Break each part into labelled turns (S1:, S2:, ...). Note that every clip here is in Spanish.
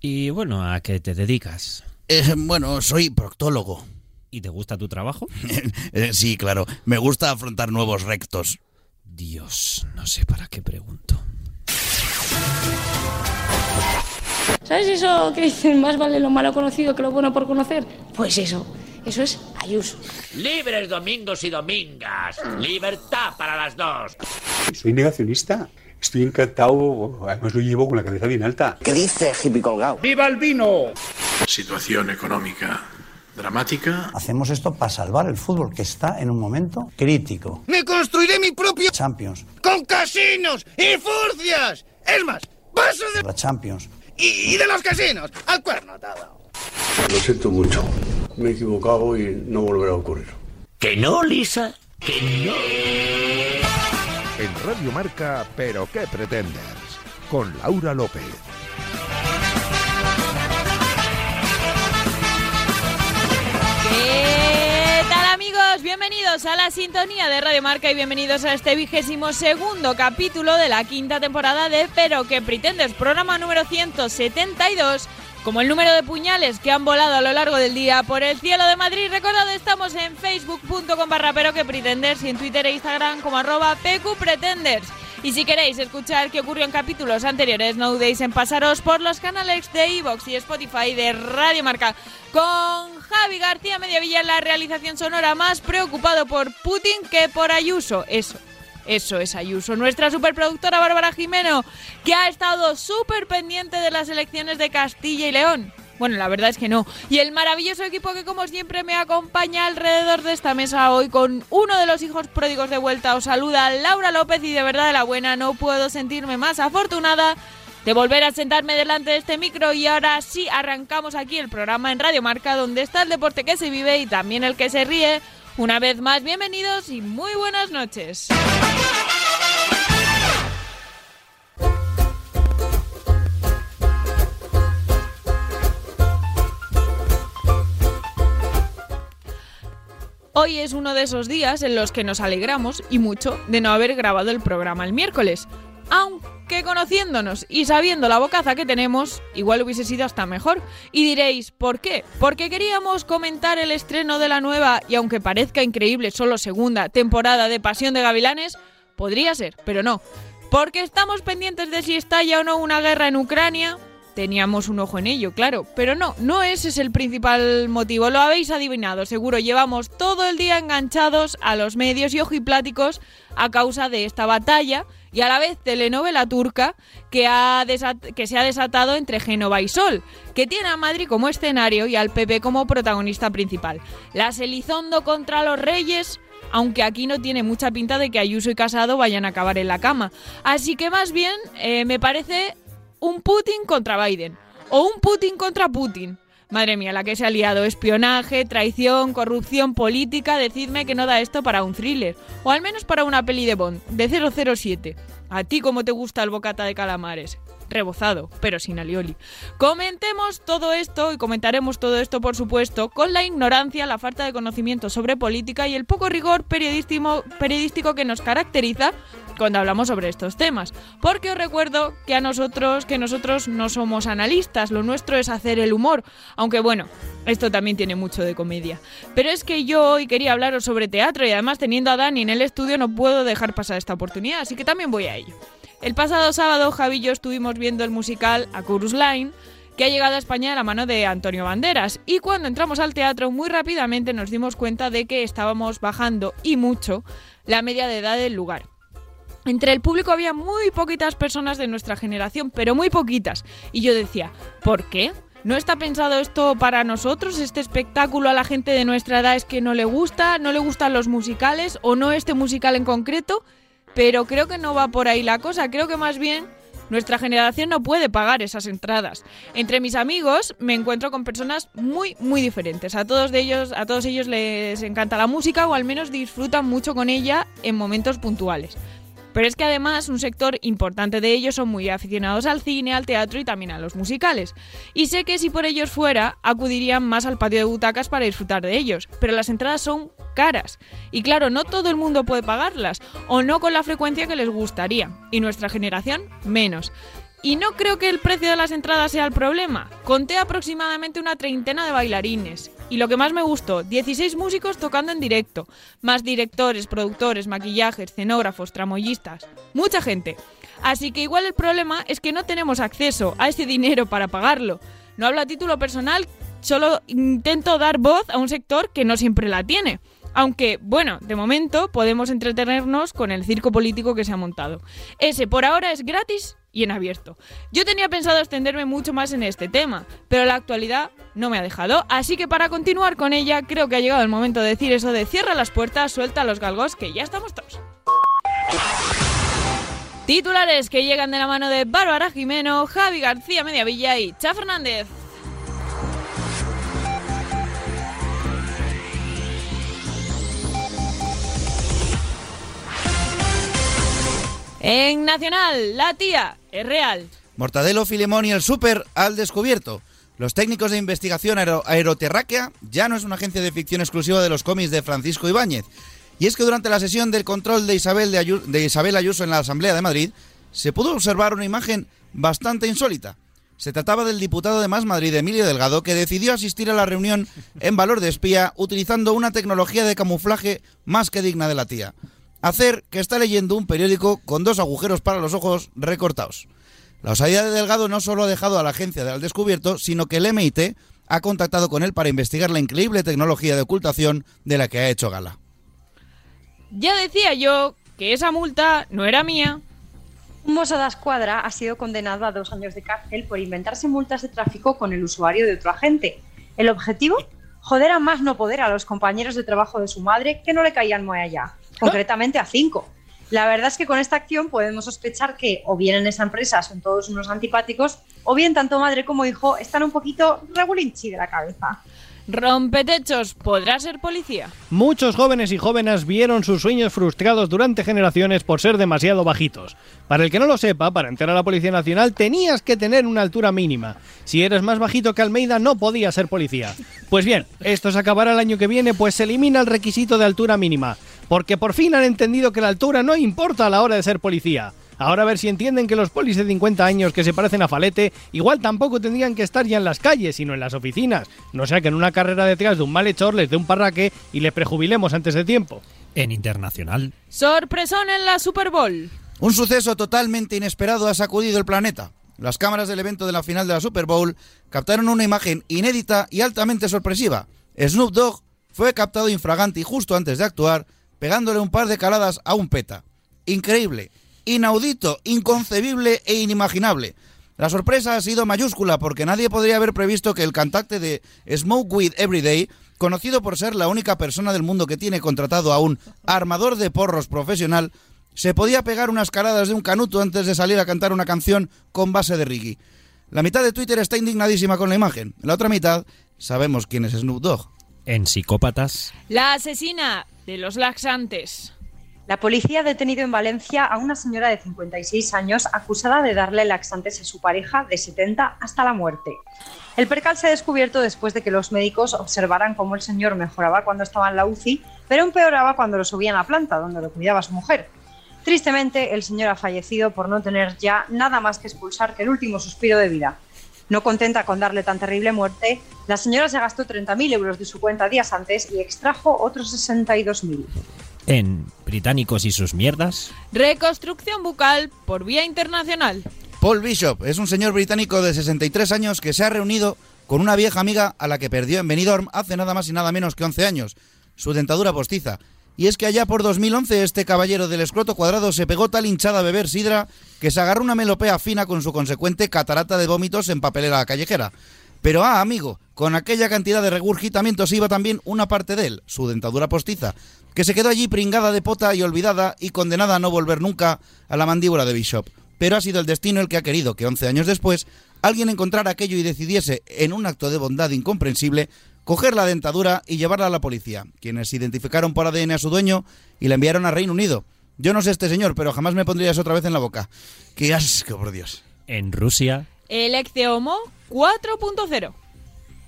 S1: Y bueno, ¿a qué te dedicas?
S2: Eh, bueno, soy proctólogo.
S1: ¿Y te gusta tu trabajo?
S2: Eh, sí, claro, me gusta afrontar nuevos rectos.
S1: Dios, no sé para qué pregunto.
S3: ¿Sabes eso que dicen más vale lo malo conocido que lo bueno por conocer? Pues eso, eso es Ayuso.
S4: Libres domingos y domingas. Libertad para las dos.
S5: Soy negacionista. Estoy encantado, además lo llevo con la cabeza bien alta.
S6: ¿Qué dice hippie colgado?
S4: ¡Viva el vino!
S7: Situación económica dramática.
S8: Hacemos esto para salvar el fútbol que está en un momento crítico.
S9: Me construiré mi propio
S8: Champions.
S9: Con casinos y furcias. Es más, paso de
S8: la Champions.
S9: Y, y de los casinos al cuerno atado.
S10: Lo siento mucho. Me he equivocado y no volverá a ocurrir.
S4: Que no, Lisa. Que no.
S11: En Radio Marca, pero qué pretendes. Con Laura López.
S12: bienvenidos a la sintonía de Radio Marca y bienvenidos a este vigésimo segundo capítulo de la quinta temporada de Pero que pretendes, programa número 172. Como el número de puñales que han volado a lo largo del día por el cielo de Madrid, recordad, estamos en facebook.com barra pero que pretenders y en Twitter e Instagram como arroba pqpretenders. Y si queréis escuchar qué ocurrió en capítulos anteriores, no dudéis en pasaros por los canales de iVox y Spotify de Radio Marca. Con Javi García Mediavilla en la realización sonora, más preocupado por Putin que por Ayuso. Eso. Eso es Ayuso. Nuestra superproductora Bárbara Jimeno, que ha estado súper pendiente de las elecciones de Castilla y León. Bueno, la verdad es que no. Y el maravilloso equipo que como siempre me acompaña alrededor de esta mesa hoy con uno de los hijos pródigos de vuelta. Os saluda Laura López y de verdad de la buena no puedo sentirme más afortunada de volver a sentarme delante de este micro y ahora sí arrancamos aquí el programa en Radio Marca donde está el deporte que se vive y también el que se ríe. Una vez más, bienvenidos y muy buenas noches. Hoy es uno de esos días en los que nos alegramos y mucho de no haber grabado el programa el miércoles. Aunque conociéndonos y sabiendo la bocaza que tenemos, igual hubiese sido hasta mejor. Y diréis, ¿por qué? Porque queríamos comentar el estreno de la nueva y aunque parezca increíble solo segunda temporada de Pasión de Gavilanes, podría ser, pero no. Porque estamos pendientes de si estalla o no una guerra en Ucrania, Teníamos un ojo en ello, claro, pero no, no ese es el principal motivo, lo habéis adivinado, seguro llevamos todo el día enganchados a los medios y ojipláticos a causa de esta batalla y a la vez telenovela turca que, ha que se ha desatado entre Génova y Sol, que tiene a Madrid como escenario y al PP como protagonista principal. Las Elizondo contra los Reyes, aunque aquí no tiene mucha pinta de que Ayuso y Casado vayan a acabar en la cama. Así que más bien eh, me parece un Putin contra Biden o un Putin contra Putin. Madre mía, la que se ha liado. Espionaje, traición, corrupción política. Decidme que no da esto para un thriller. O al menos para una peli de Bond, de 007. A ti como te gusta el bocata de calamares. Rebozado, pero sin alioli. Comentemos todo esto y comentaremos todo esto, por supuesto, con la ignorancia, la falta de conocimiento sobre política y el poco rigor periodístico, periodístico que nos caracteriza cuando hablamos sobre estos temas. Porque os recuerdo que a nosotros, que nosotros no somos analistas, lo nuestro es hacer el humor. Aunque bueno, esto también tiene mucho de comedia. Pero es que yo hoy quería hablaros sobre teatro y además teniendo a Dani en el estudio no puedo dejar pasar esta oportunidad, así que también voy a ello. El pasado sábado Javi y yo estuvimos viendo el musical A Chorus Line que ha llegado a España de la mano de Antonio Banderas. Y cuando entramos al teatro, muy rápidamente nos dimos cuenta de que estábamos bajando, y mucho, la media de edad del lugar. Entre el público había muy poquitas personas de nuestra generación, pero muy poquitas. Y yo decía, ¿por qué? ¿No está pensado esto para nosotros? ¿Este espectáculo a la gente de nuestra edad es que no le gusta? ¿No le gustan los musicales? ¿O no este musical en concreto? Pero creo que no va por ahí la cosa, creo que más bien nuestra generación no puede pagar esas entradas. Entre mis amigos me encuentro con personas muy muy diferentes. A todos de ellos, a todos ellos les encanta la música o al menos disfrutan mucho con ella en momentos puntuales. Pero es que además un sector importante de ellos son muy aficionados al cine, al teatro y también a los musicales. Y sé que si por ellos fuera, acudirían más al patio de butacas para disfrutar de ellos, pero las entradas son caras. Y claro, no todo el mundo puede pagarlas, o no con la frecuencia que les gustaría, y nuestra generación menos. Y no creo que el precio de las entradas sea el problema. Conté aproximadamente una treintena de bailarines. Y lo que más me gustó, 16 músicos tocando en directo, más directores, productores, maquillajes, escenógrafos, tramoyistas, mucha gente. Así que igual el problema es que no tenemos acceso a ese dinero para pagarlo. No hablo a título personal, solo intento dar voz a un sector que no siempre la tiene. Aunque, bueno, de momento podemos entretenernos con el circo político que se ha montado. Ese por ahora es gratis y en abierto. Yo tenía pensado extenderme mucho más en este tema, pero la actualidad no me ha dejado, así que para continuar con ella creo que ha llegado el momento de decir eso de cierra las puertas, suelta los galgos, que ya estamos todos. Titulares que llegan de la mano de Bárbara Jimeno, Javi García Mediavilla y Cha Fernández. En Nacional, la tía es real.
S2: Mortadelo, Filemón y el Super al descubierto. Los técnicos de investigación aero- aeroterráquea ya no es una agencia de ficción exclusiva de los cómics de Francisco Ibáñez. Y es que durante la sesión del control de Isabel, de Ayu- de Isabel Ayuso en la Asamblea de Madrid, se pudo observar una imagen bastante insólita. Se trataba del diputado de Más Madrid, Emilio Delgado, que decidió asistir a la reunión en valor de espía utilizando una tecnología de camuflaje más que digna de la tía. Hacer que está leyendo un periódico con dos agujeros para los ojos recortados. La osadía de Delgado no solo ha dejado a la agencia de al descubierto, sino que el MIT ha contactado con él para investigar la increíble tecnología de ocultación de la que ha hecho gala.
S12: Ya decía yo que esa multa no era mía.
S6: Un mozo de escuadra ha sido condenado a dos años de cárcel por inventarse multas de tráfico con el usuario de otro agente. ¿El objetivo? Joder a más no poder a los compañeros de trabajo de su madre que no le caían muy allá, concretamente a cinco. La verdad es que con esta acción podemos sospechar que o bien en esa empresa son todos unos antipáticos, o bien tanto madre como hijo están un poquito regulinchi de la cabeza.
S12: Rompetechos, podrá ser policía.
S13: Muchos jóvenes y jóvenes vieron sus sueños frustrados durante generaciones por ser demasiado bajitos. Para el que no lo sepa, para entrar a la Policía Nacional tenías que tener una altura mínima. Si eres más bajito que Almeida no podías ser policía. Pues bien, esto se acabará el año que viene pues se elimina el requisito de altura mínima, porque por fin han entendido que la altura no importa a la hora de ser policía. Ahora a ver si entienden que los polis de 50 años que se parecen a Falete igual tampoco tendrían que estar ya en las calles, sino en las oficinas. No sea que en una carrera detrás de un malhechor les dé un parraque y les prejubilemos antes de tiempo.
S1: En internacional.
S12: Sorpresón en la Super Bowl.
S2: Un suceso totalmente inesperado ha sacudido el planeta. Las cámaras del evento de la final de la Super Bowl captaron una imagen inédita y altamente sorpresiva. Snoop Dogg fue captado infragante y justo antes de actuar, pegándole un par de caladas a un peta. Increíble, inaudito, inconcebible e inimaginable. La sorpresa ha sido mayúscula porque nadie podría haber previsto que el cantante de Smoke Weed Everyday, conocido por ser la única persona del mundo que tiene contratado a un armador de porros profesional, se podía pegar unas caradas de un canuto antes de salir a cantar una canción con base de Ricky. La mitad de Twitter está indignadísima con la imagen, la otra mitad sabemos quién es Snoop Dogg.
S1: En psicópatas.
S12: La asesina de los laxantes.
S6: La policía ha detenido en Valencia a una señora de 56 años acusada de darle laxantes a su pareja de 70 hasta la muerte. El percal se ha descubierto después de que los médicos observaran cómo el señor mejoraba cuando estaba en la UCI, pero empeoraba cuando lo subían a la planta, donde lo cuidaba su mujer. Tristemente, el señor ha fallecido por no tener ya nada más que expulsar que el último suspiro de vida. No contenta con darle tan terrible muerte, la señora se gastó 30.000 euros de su cuenta días antes y extrajo otros 62.000.
S1: En británicos y sus mierdas.
S12: Reconstrucción bucal por vía internacional.
S2: Paul Bishop es un señor británico de 63 años que se ha reunido con una vieja amiga a la que perdió en Benidorm hace nada más y nada menos que 11 años, su dentadura postiza. Y es que allá por 2011 este caballero del escroto cuadrado se pegó tal hinchada a beber sidra que se agarró una melopea fina con su consecuente catarata de vómitos en papelera callejera. Pero ah, amigo, con aquella cantidad de regurgitamientos iba también una parte de él, su dentadura postiza, que se quedó allí pringada de pota y olvidada y condenada a no volver nunca a la mandíbula de Bishop. Pero ha sido el destino el que ha querido que 11 años después alguien encontrara aquello y decidiese, en un acto de bondad incomprensible, coger la dentadura y llevarla a la policía, quienes identificaron por ADN a su dueño y la enviaron a Reino Unido. Yo no sé este señor, pero jamás me pondrías otra vez en la boca. ¡Qué asco, por Dios!
S1: En Rusia.
S12: El Ecceomo 4.0.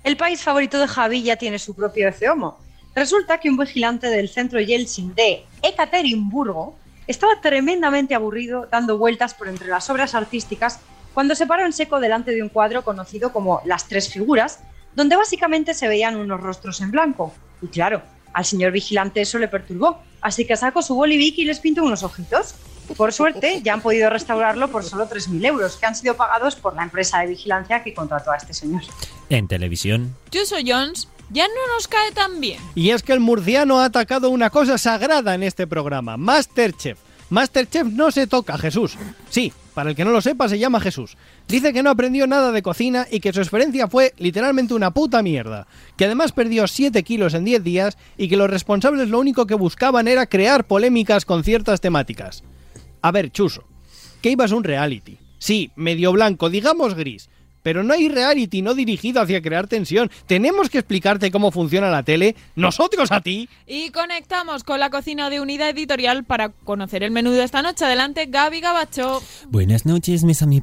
S6: El país favorito de Javi ya tiene su propio Eceomo. Resulta que un vigilante del centro Yeltsin de Ekaterimburgo estaba tremendamente aburrido dando vueltas por entre las obras artísticas cuando se paró en seco delante de un cuadro conocido como Las Tres Figuras, donde básicamente se veían unos rostros en blanco. Y claro, al señor vigilante eso le perturbó, así que sacó su bolivic y les pintó unos ojitos. Por suerte, ya han podido restaurarlo por solo 3.000 euros, que han sido pagados por la empresa de vigilancia que contrató a este señor.
S1: En televisión,
S12: Chuso Jones ya no nos cae tan bien.
S13: Y es que el murciano ha atacado una cosa sagrada en este programa, Masterchef. Masterchef no se toca, Jesús. Sí, para el que no lo sepa, se llama Jesús. Dice que no aprendió nada de cocina y que su experiencia fue literalmente una puta mierda. Que además perdió 7 kilos en 10 días y que los responsables lo único que buscaban era crear polémicas con ciertas temáticas. A ver, Chuso, que ibas a un reality. Sí, medio blanco, digamos gris. Pero no hay reality no dirigido hacia crear tensión. Tenemos que explicarte cómo funciona la tele, nosotros a ti.
S12: Y conectamos con la cocina de Unidad Editorial para conocer el menú de esta noche. Adelante, Gaby Gabacho.
S1: Buenas noches, mis amigos.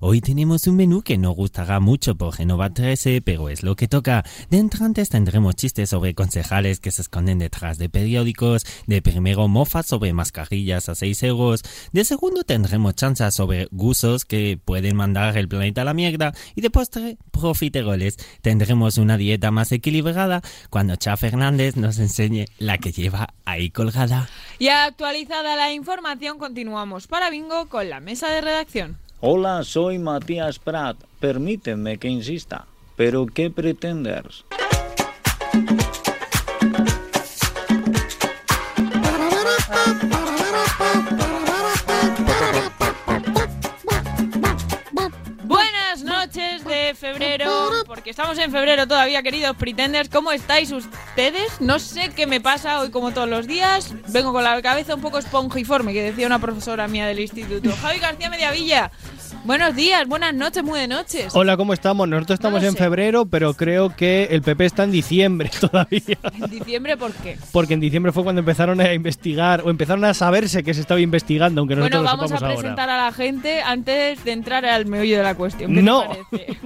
S1: Hoy tenemos un menú que no gustará mucho por Genova 13, pero es lo que toca. De entrantes tendremos chistes sobre concejales que se esconden detrás de periódicos. De primero, mofas sobre mascarillas a 6 euros. De segundo, tendremos chanzas sobre gusos que pueden mandar el planeta a la mierda. Y de postre, profiteroles. Tendremos una dieta más equilibrada cuando Cha Fernández nos enseñe la que lleva ahí colgada.
S12: Y actualizada la información, continuamos para Bingo con la mesa de redacción.
S14: Hola, soy Matías Prat. Permíteme que insista. ¿Pero qué pretendes?
S12: Buenas noches de febrero, porque estamos en febrero todavía, queridos pretenders. ¿Cómo estáis ustedes? No sé qué me pasa hoy como todos los días. Vengo con la cabeza un poco esponjiforme, que decía una profesora mía del instituto. Javi García Mediavilla. Buenos días, buenas noches, muy de noches.
S13: Hola, ¿cómo estamos? Nosotros estamos
S12: No lo
S13: en
S12: sé.
S13: febrero, pero creo que el PP está en diciembre todavía.
S12: En diciembre, ¿por qué?
S13: Porque en diciembre fue cuando empezaron a investigar o empezaron a saberse que se estaba investigando, aunque
S12: Bueno,
S13: nosotros lo
S12: vamos a
S13: sepamos ahora.
S12: presentar a la gente antes de entrar al meollo de la cuestión. ¿Qué
S13: No.
S12: te parece?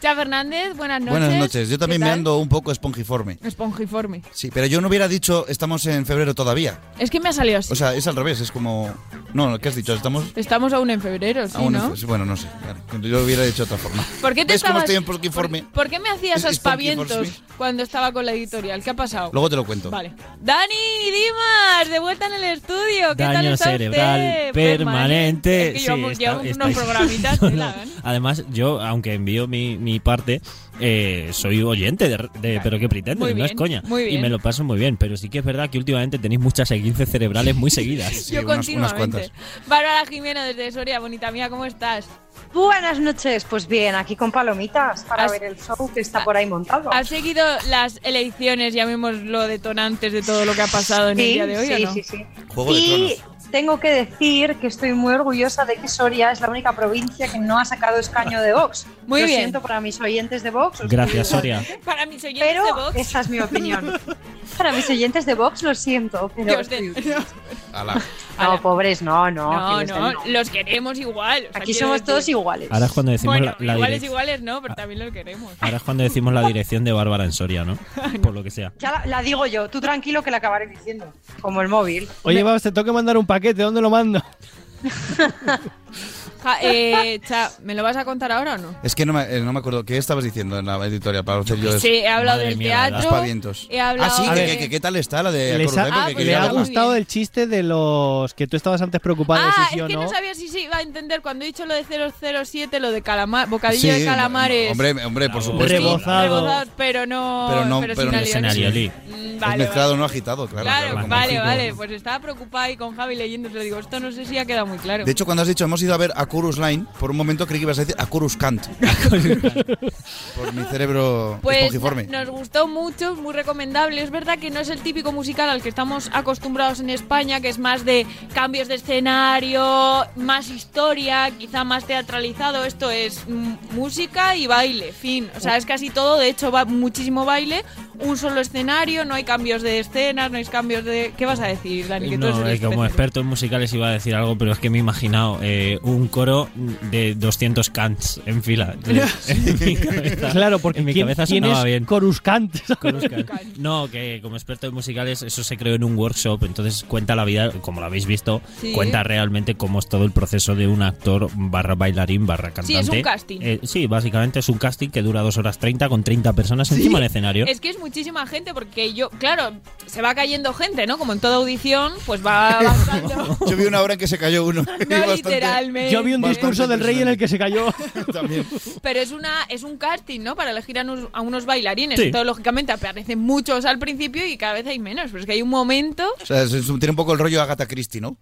S12: Cha Fernández, buenas noches.
S2: Buenas noches, yo también
S12: ¿Qué
S2: me
S12: tal?
S2: ando un poco esponjiforme.
S12: Esponjiforme.
S2: Sí, pero yo no hubiera dicho estamos en febrero todavía.
S12: Es que me ha salido así.
S2: O sea, es al revés, es como... No, ¿qué has dicho? Estamos...
S12: Estamos aún en febrero, sí,
S2: aún en
S12: ¿no?
S2: fe- Bueno, no sé. claro, Yo lo hubiera dicho de otra forma.
S12: ¿Por qué te
S2: ¿Ves cómo
S12: estabas-
S2: estoy esponjiforme?
S12: ¿Por, por qué me
S2: Es- es funky
S12: hacías
S2: for
S12: aspavientos cuando estaba con la editorial? ¿Qué ha pasado?
S2: Luego te lo cuento.
S12: Vale. Dani Dimas, de vuelta en el estudio. ¿Qué tal
S1: Daño
S12: está
S1: cerebral
S12: usted? Pues
S1: permanente.
S12: Es que
S1: Sí,
S12: llevamos,
S1: está-
S12: llevamos unos
S1: estáis-
S12: programitas.
S1: No,
S12: de ¿eh?
S1: no.
S12: la-
S1: Además, yo, aunque envío mi, mi parte, eh, soy oyente de, de- Pero qué
S12: Muy
S1: pretendes, no es
S12: bien,
S1: coña.
S12: muy bien.
S1: Y me lo paso muy bien, pero sí que es verdad que últimamente tenéis muchas seguinces cerebrales muy seguidas.
S12: Yo continuamente. Bárbara Jimeno, desde Soria, bonita mía, ¿cómo estás?
S6: Buenas noches, pues bien, aquí con palomitas para
S12: Has-
S6: ver el show que está por ahí montado.
S3: Ah.
S12: ¿Has seguido las elecciones, llamémoslo, detonantes de todo lo que ha pasado en el
S6: Sí,
S12: día de hoy
S6: sí,
S12: o no?
S6: sí, sí.
S2: Juego de
S6: y
S2: Tronos.
S6: tengo que decir que estoy muy orgullosa de que Soria es la única provincia que no ha sacado escaño de Vox.
S12: Muy
S6: Lo
S12: bien.
S6: siento para mis oyentes de Vox. os
S1: Gracias,
S6: digo-
S1: Soria.
S12: Para mis oyentes
S6: Pero
S12: de Vox.
S6: esa es mi opinión. para mis oyentes de Vox lo siento, pero
S12: Dios de-
S6: no, pobres, no, no.
S12: No,
S6: que les den
S12: no, los queremos igual. o sea,
S6: Aquí
S12: quiero
S6: somos todos
S12: decir-
S6: iguales.
S1: Ahora es cuando decimos
S12: Bueno,
S1: la, Ah. la
S12: iguales,
S1: direc-
S12: iguales no, pero también los queremos.
S1: Ahora es cuando decimos la dirección de Bárbara en Soria, ¿no? Por lo que sea.
S6: Ya la, la digo yo, tú tranquilo que la acabaré diciendo. Como el móvil.
S13: Oye, Babs, te tengo que mandar un paquete, ¿dónde lo mando?
S12: Ja- eh, cha, ¿me lo vas a contar ahora o no?
S2: Es que no me, eh, no me acuerdo. ¿Qué estabas diciendo en la editorial para hacer yo
S12: Sí, he hablado
S2: Madre
S12: del
S2: mía, de las
S12: teatro,
S2: pavientos.
S12: he hablado
S2: Ah, sí,
S12: A
S2: que-
S12: ver.
S2: que- que ¿qué tal está la de
S13: Les ha-
S2: Acordeme?
S12: Ah,
S2: que
S12: pues
S13: Le
S2: quería
S13: ha
S12: está muy
S2: hablar.
S13: gustado el chiste de los que tú estabas antes preocupado de
S12: Ah,
S13: si sí
S12: es
S13: o
S12: que
S13: no.
S12: no. sabía si se iba a entender cuando he dicho lo de 007, lo de calamar, bocadillo
S2: Sí,
S12: de calamares.
S2: Hombre, hombre, por supuesto.
S13: Rebozado.
S12: rebozados, pero no,
S2: Pero no,
S12: sin
S2: pero no sin alioli.
S12: alioli. Mm,
S2: Es
S12: Vale,
S2: mezclado,
S12: vale.
S2: no agitado, claro.
S12: Claro,
S2: como
S12: vale,
S2: tipo.
S12: vale. Pues estaba preocupada y con Javi leyendo, le digo, esto no sé si ha quedado muy claro.
S2: De hecho, cuando has dicho hemos ido a ver a Kurus Line, por un momento creí que ibas a decir a Kurus Kant. por mi cerebro
S12: Pues
S2: esponjiforme.
S12: nos gustó mucho, muy recomendable. Es verdad que no es el típico musical al que estamos acostumbrados en España, que es más de cambios de escenario, más historia, quizá más teatralizado. Esto es mm, música y baile, fin. O sea, es casi todo. De hecho, va muchísimo baile, un solo escenario, no hay cambios de escenas, no hay cambios de... ¿Qué vas a decir, Dani? Que tú eres
S1: No,
S12: el
S1: eh, como
S12: experto.
S1: experto en musicales iba a decir algo, pero es que me he imaginado eh, un coro de 200 cants en fila. eh, En mi cabeza-
S13: Claro, porque
S1: en mi
S13: ¿quién-
S1: cabeza
S13: quién
S1: sonaba
S13: es
S1: bien.
S13: Coruscant?
S1: No, que como experto en musicales eso se creó en un workshop, entonces cuenta la vida, como lo habéis visto,
S12: Sí.
S1: cuenta realmente cómo es todo el proceso de un actor barra bailarín barra
S12: Sí,
S1: cantante.
S12: es un casting.
S1: Eh, sí, básicamente es un casting que dura dos horas 30 con 30 personas encima del escenario.
S12: Es que es muchísima gente porque yo, claro, se va cayendo gente, ¿no? Como en toda audición, pues va bastante.
S2: Yo vi una hora en que se cayó uno. Y
S12: No,
S2: bastante-
S12: literalmente.
S13: Yo vi un discurso del rey en el que se cayó.
S12: Pero es una es un casting, ¿no? Para elegir a unos, a unos bailarines.
S2: Sí.
S12: Entonces, lógicamente, aparecen muchos al principio y cada vez hay menos. Pero es que hay un momento.
S2: O sea, es- es- tiene un poco el rollo Agatha Christie, ¿no?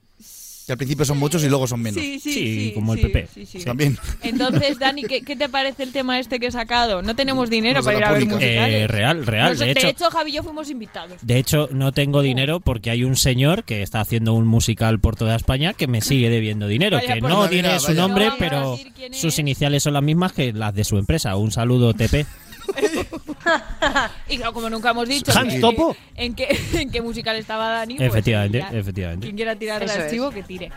S2: Que al principio son muchos y luego son menos.
S12: Sí, sí, Sí, sí,
S1: como el sí, PP. sí, sí.
S2: También.
S12: Entonces, Dani, ¿qué, qué te parece el tema este que he sacado? No tenemos dinero para ir a ver musicales.
S1: Eh, real, real,
S12: Nos-
S1: de hecho.
S12: Javi y yo fuimos invitados.
S1: De hecho, no tengo dinero porque hay un señor que está haciendo un musical por toda España que me sigue debiendo dinero,
S12: Vaya
S1: que
S12: por
S1: no
S12: Dios.
S1: diré
S12: Mira,
S1: su
S12: vaya.
S1: nombre,
S12: No vamos a
S1: pero sus iniciales son las mismas que las de su empresa. Un saludo, TP.
S12: Y claro, como nunca hemos dicho.
S1: Hans
S12: que-
S1: Topo.
S12: En qué, en qué musical estaba Dani. pues,
S1: Efectivamente,
S12: ya.
S1: efectivamente.
S12: Quien quiera tirar el
S15: Eso es.
S12: archivo, que tire.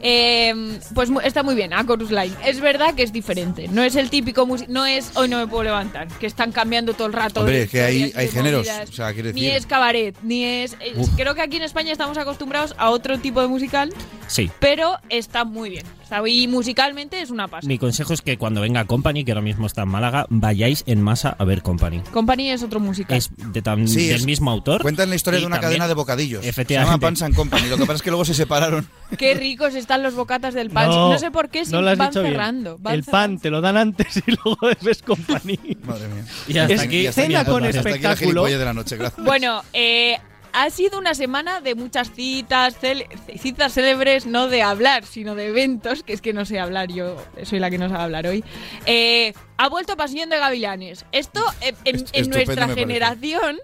S12: Eh, pues mu- está muy bien, a Chorus Line. Es verdad que es diferente. No es el típico. musi- No es hoy no me puedo levantar. Que están cambiando todo el rato.
S2: Hombre,
S12: de
S2: es que hay,
S12: historias y
S2: hay
S12: de
S2: géneros.
S12: movidas.
S2: O sea, quiero
S12: Ni
S2: decir.
S12: es cabaret, ni es. es-
S2: Uf.
S12: creo que aquí en España estamos acostumbrados a otro tipo de musical,
S1: Sí.
S12: pero está muy bien. Está- y musicalmente es una pasada.
S1: Mi consejo es que cuando venga Company, que ahora mismo está en Málaga, vayáis en masa a ver Company.
S12: Company es otro musical.
S1: Es de tan-
S2: Sí,
S1: del
S2: es-
S1: mismo autor.
S2: Cuentan la historia
S1: y
S2: de una
S1: también-
S2: cadena de bocadillos.
S1: Efectivamente.
S2: Se llama Pans and Company. Lo que pasa es que luego se separaron.
S12: Qué ricos están los bocatas del pan. No, sé por qué si
S13: no lo has
S12: van
S13: dicho bien.
S12: cerrando. van
S13: el
S12: cerrando.
S13: pan te lo dan antes y luego es compañía.
S2: Madre mía.
S1: Y hasta
S13: Es
S1: aquí-
S13: que
S1: y hasta aquí
S13: cena
S1: la
S13: con
S1: comparación. Hasta aquí la
S13: espectáculo.
S1: gilipollez
S2: de la noche, gracias.
S12: Bueno, eh, ha sido una semana de muchas citas, cel- citas célebres, no de hablar, sino de eventos, que es que no sé hablar, yo soy la que no sabe hablar hoy. Eh, ha vuelto Pasión de Gavilanes. Esto eh, en, en
S16: estupendo
S12: nuestra
S16: me parece.
S12: generación...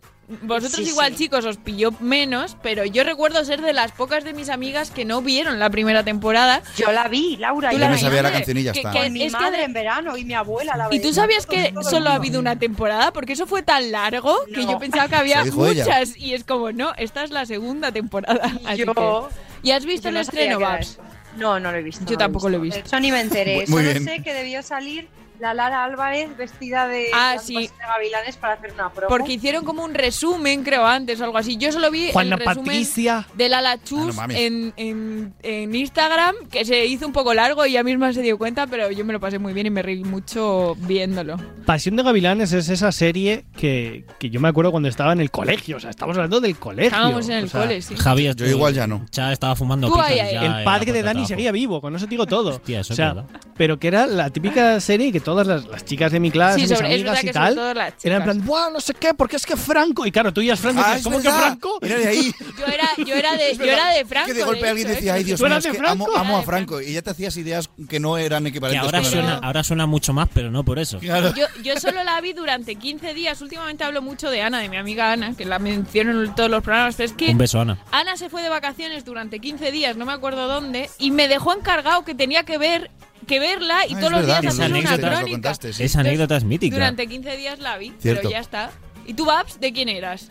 S12: Vosotros
S16: Sí,
S12: igual
S16: sí.
S12: chicos os pilló menos, pero yo recuerdo ser de las pocas de mis amigas que no vieron la primera temporada.
S6: Yo la vi, Laura.
S12: Tú
S2: Yo me sabía la canción y ya
S12: que-
S2: está.
S12: que
S6: Con mi
S12: es que
S6: madre en verano y mi abuela la
S12: ¿Y
S6: veía
S12: tú sabías
S6: con
S12: que
S6: todo el
S12: solo
S6: mundo.
S12: ha habido una temporada? Porque eso fue tan largo que yo pensaba que había
S6: Se dijo ella.
S12: muchas. Y es como, no, esta es la segunda temporada. Así
S6: yo-
S12: que- ¿Y has visto
S6: yo
S12: el
S6: no sabía
S12: estreno,
S6: que era
S12: Babs?
S6: eso. No, no lo he visto.
S12: Yo tampoco lo he visto.
S6: Eso ni me enteré.
S12: Muy
S6: Solo
S12: bien.
S6: sé que debió salir la Lara Álvarez vestida de,
S12: Ah,
S6: las
S12: sí.
S6: cosas de gavilanes para hacer una prueba.
S12: Porque hicieron como un resumen, creo, antes o algo así. Yo solo vi
S13: Juana
S12: el resumen
S13: Patricia.
S12: de Lala Chus
S13: mames.
S12: en, en- en Instagram, que se hizo un poco largo y ella misma se dio cuenta, pero yo me lo pasé muy bien y me reí mucho viéndolo.
S13: Pasión de Gavilanes es esa serie que, que yo me acuerdo cuando estaba en el colegio. O sea, estamos hablando del colegio.
S12: Estábamos en el
S13: O sea,
S12: cole, sí.
S1: Javier,
S2: Yo igual ya no.
S1: Ya estaba fumando
S12: Tú
S1: pipas
S12: ahí,
S1: y
S12: ahí.
S1: ya
S13: El
S1: Ah, era
S13: padre
S1: por
S13: de Dani
S1: trabajo.
S13: seguía vivo, con eso te digo todo.
S1: Hostia, eso
S13: o
S1: es
S13: sea,
S1: verdad.
S13: pero que era la típica serie que todas las, las chicas de mi clase,
S12: Sí,
S13: mis
S12: sobre- es
S13: amigas
S12: verdad
S13: y
S12: que sobre
S13: tal,
S12: todo las
S13: eran en
S12: chicas.
S13: plan, ¡buah, no sé qué! Porque es que Franco. Y claro, tú ya es Franco, y
S2: Ah,
S13: dices,
S2: es
S13: ¿cómo
S2: verdad.
S13: que Franco?
S2: Mira de ahí.
S12: Yo era, yo era, de,
S2: Es
S12: yo
S2: verdad.
S12: era de
S2: Es
S12: Franco.
S2: Que de golpe
S12: de
S2: alguien
S12: hecho,
S2: decía,
S12: ¿eh?
S2: ay Dios
S12: Tú
S2: mío,
S12: eras
S2: es
S12: de
S2: que amo,
S12: Franco. eh,
S2: amo a Franco. Y ya te hacías ideas que no eran
S1: Que
S2: equivalentes.
S1: ahora
S2: con la
S1: suena,
S2: verdad.
S1: ahora suena mucho más, pero no por eso.
S2: Claro.
S12: Yo, yo solo la vi durante 15 días. Últimamente hablo mucho de Ana, de mi amiga Ana, que la menciono en todos los programas. Pero es que
S1: Un beso, Ana.
S12: Ana se fue de vacaciones durante 15 días, no me acuerdo dónde, y me dejó encargado que tenía que ver que verla y
S1: Ah, es
S12: todos los
S1: verdad,
S12: días
S1: esa
S12: hacer una
S1: anécdota nos lo
S12: crónica.
S1: contaste, sí. Esa anécdota es mítica.
S12: Durante 15 días la vi,
S1: Cierto.
S12: pero ya está. ¿Y tú, Babs, de quién eras?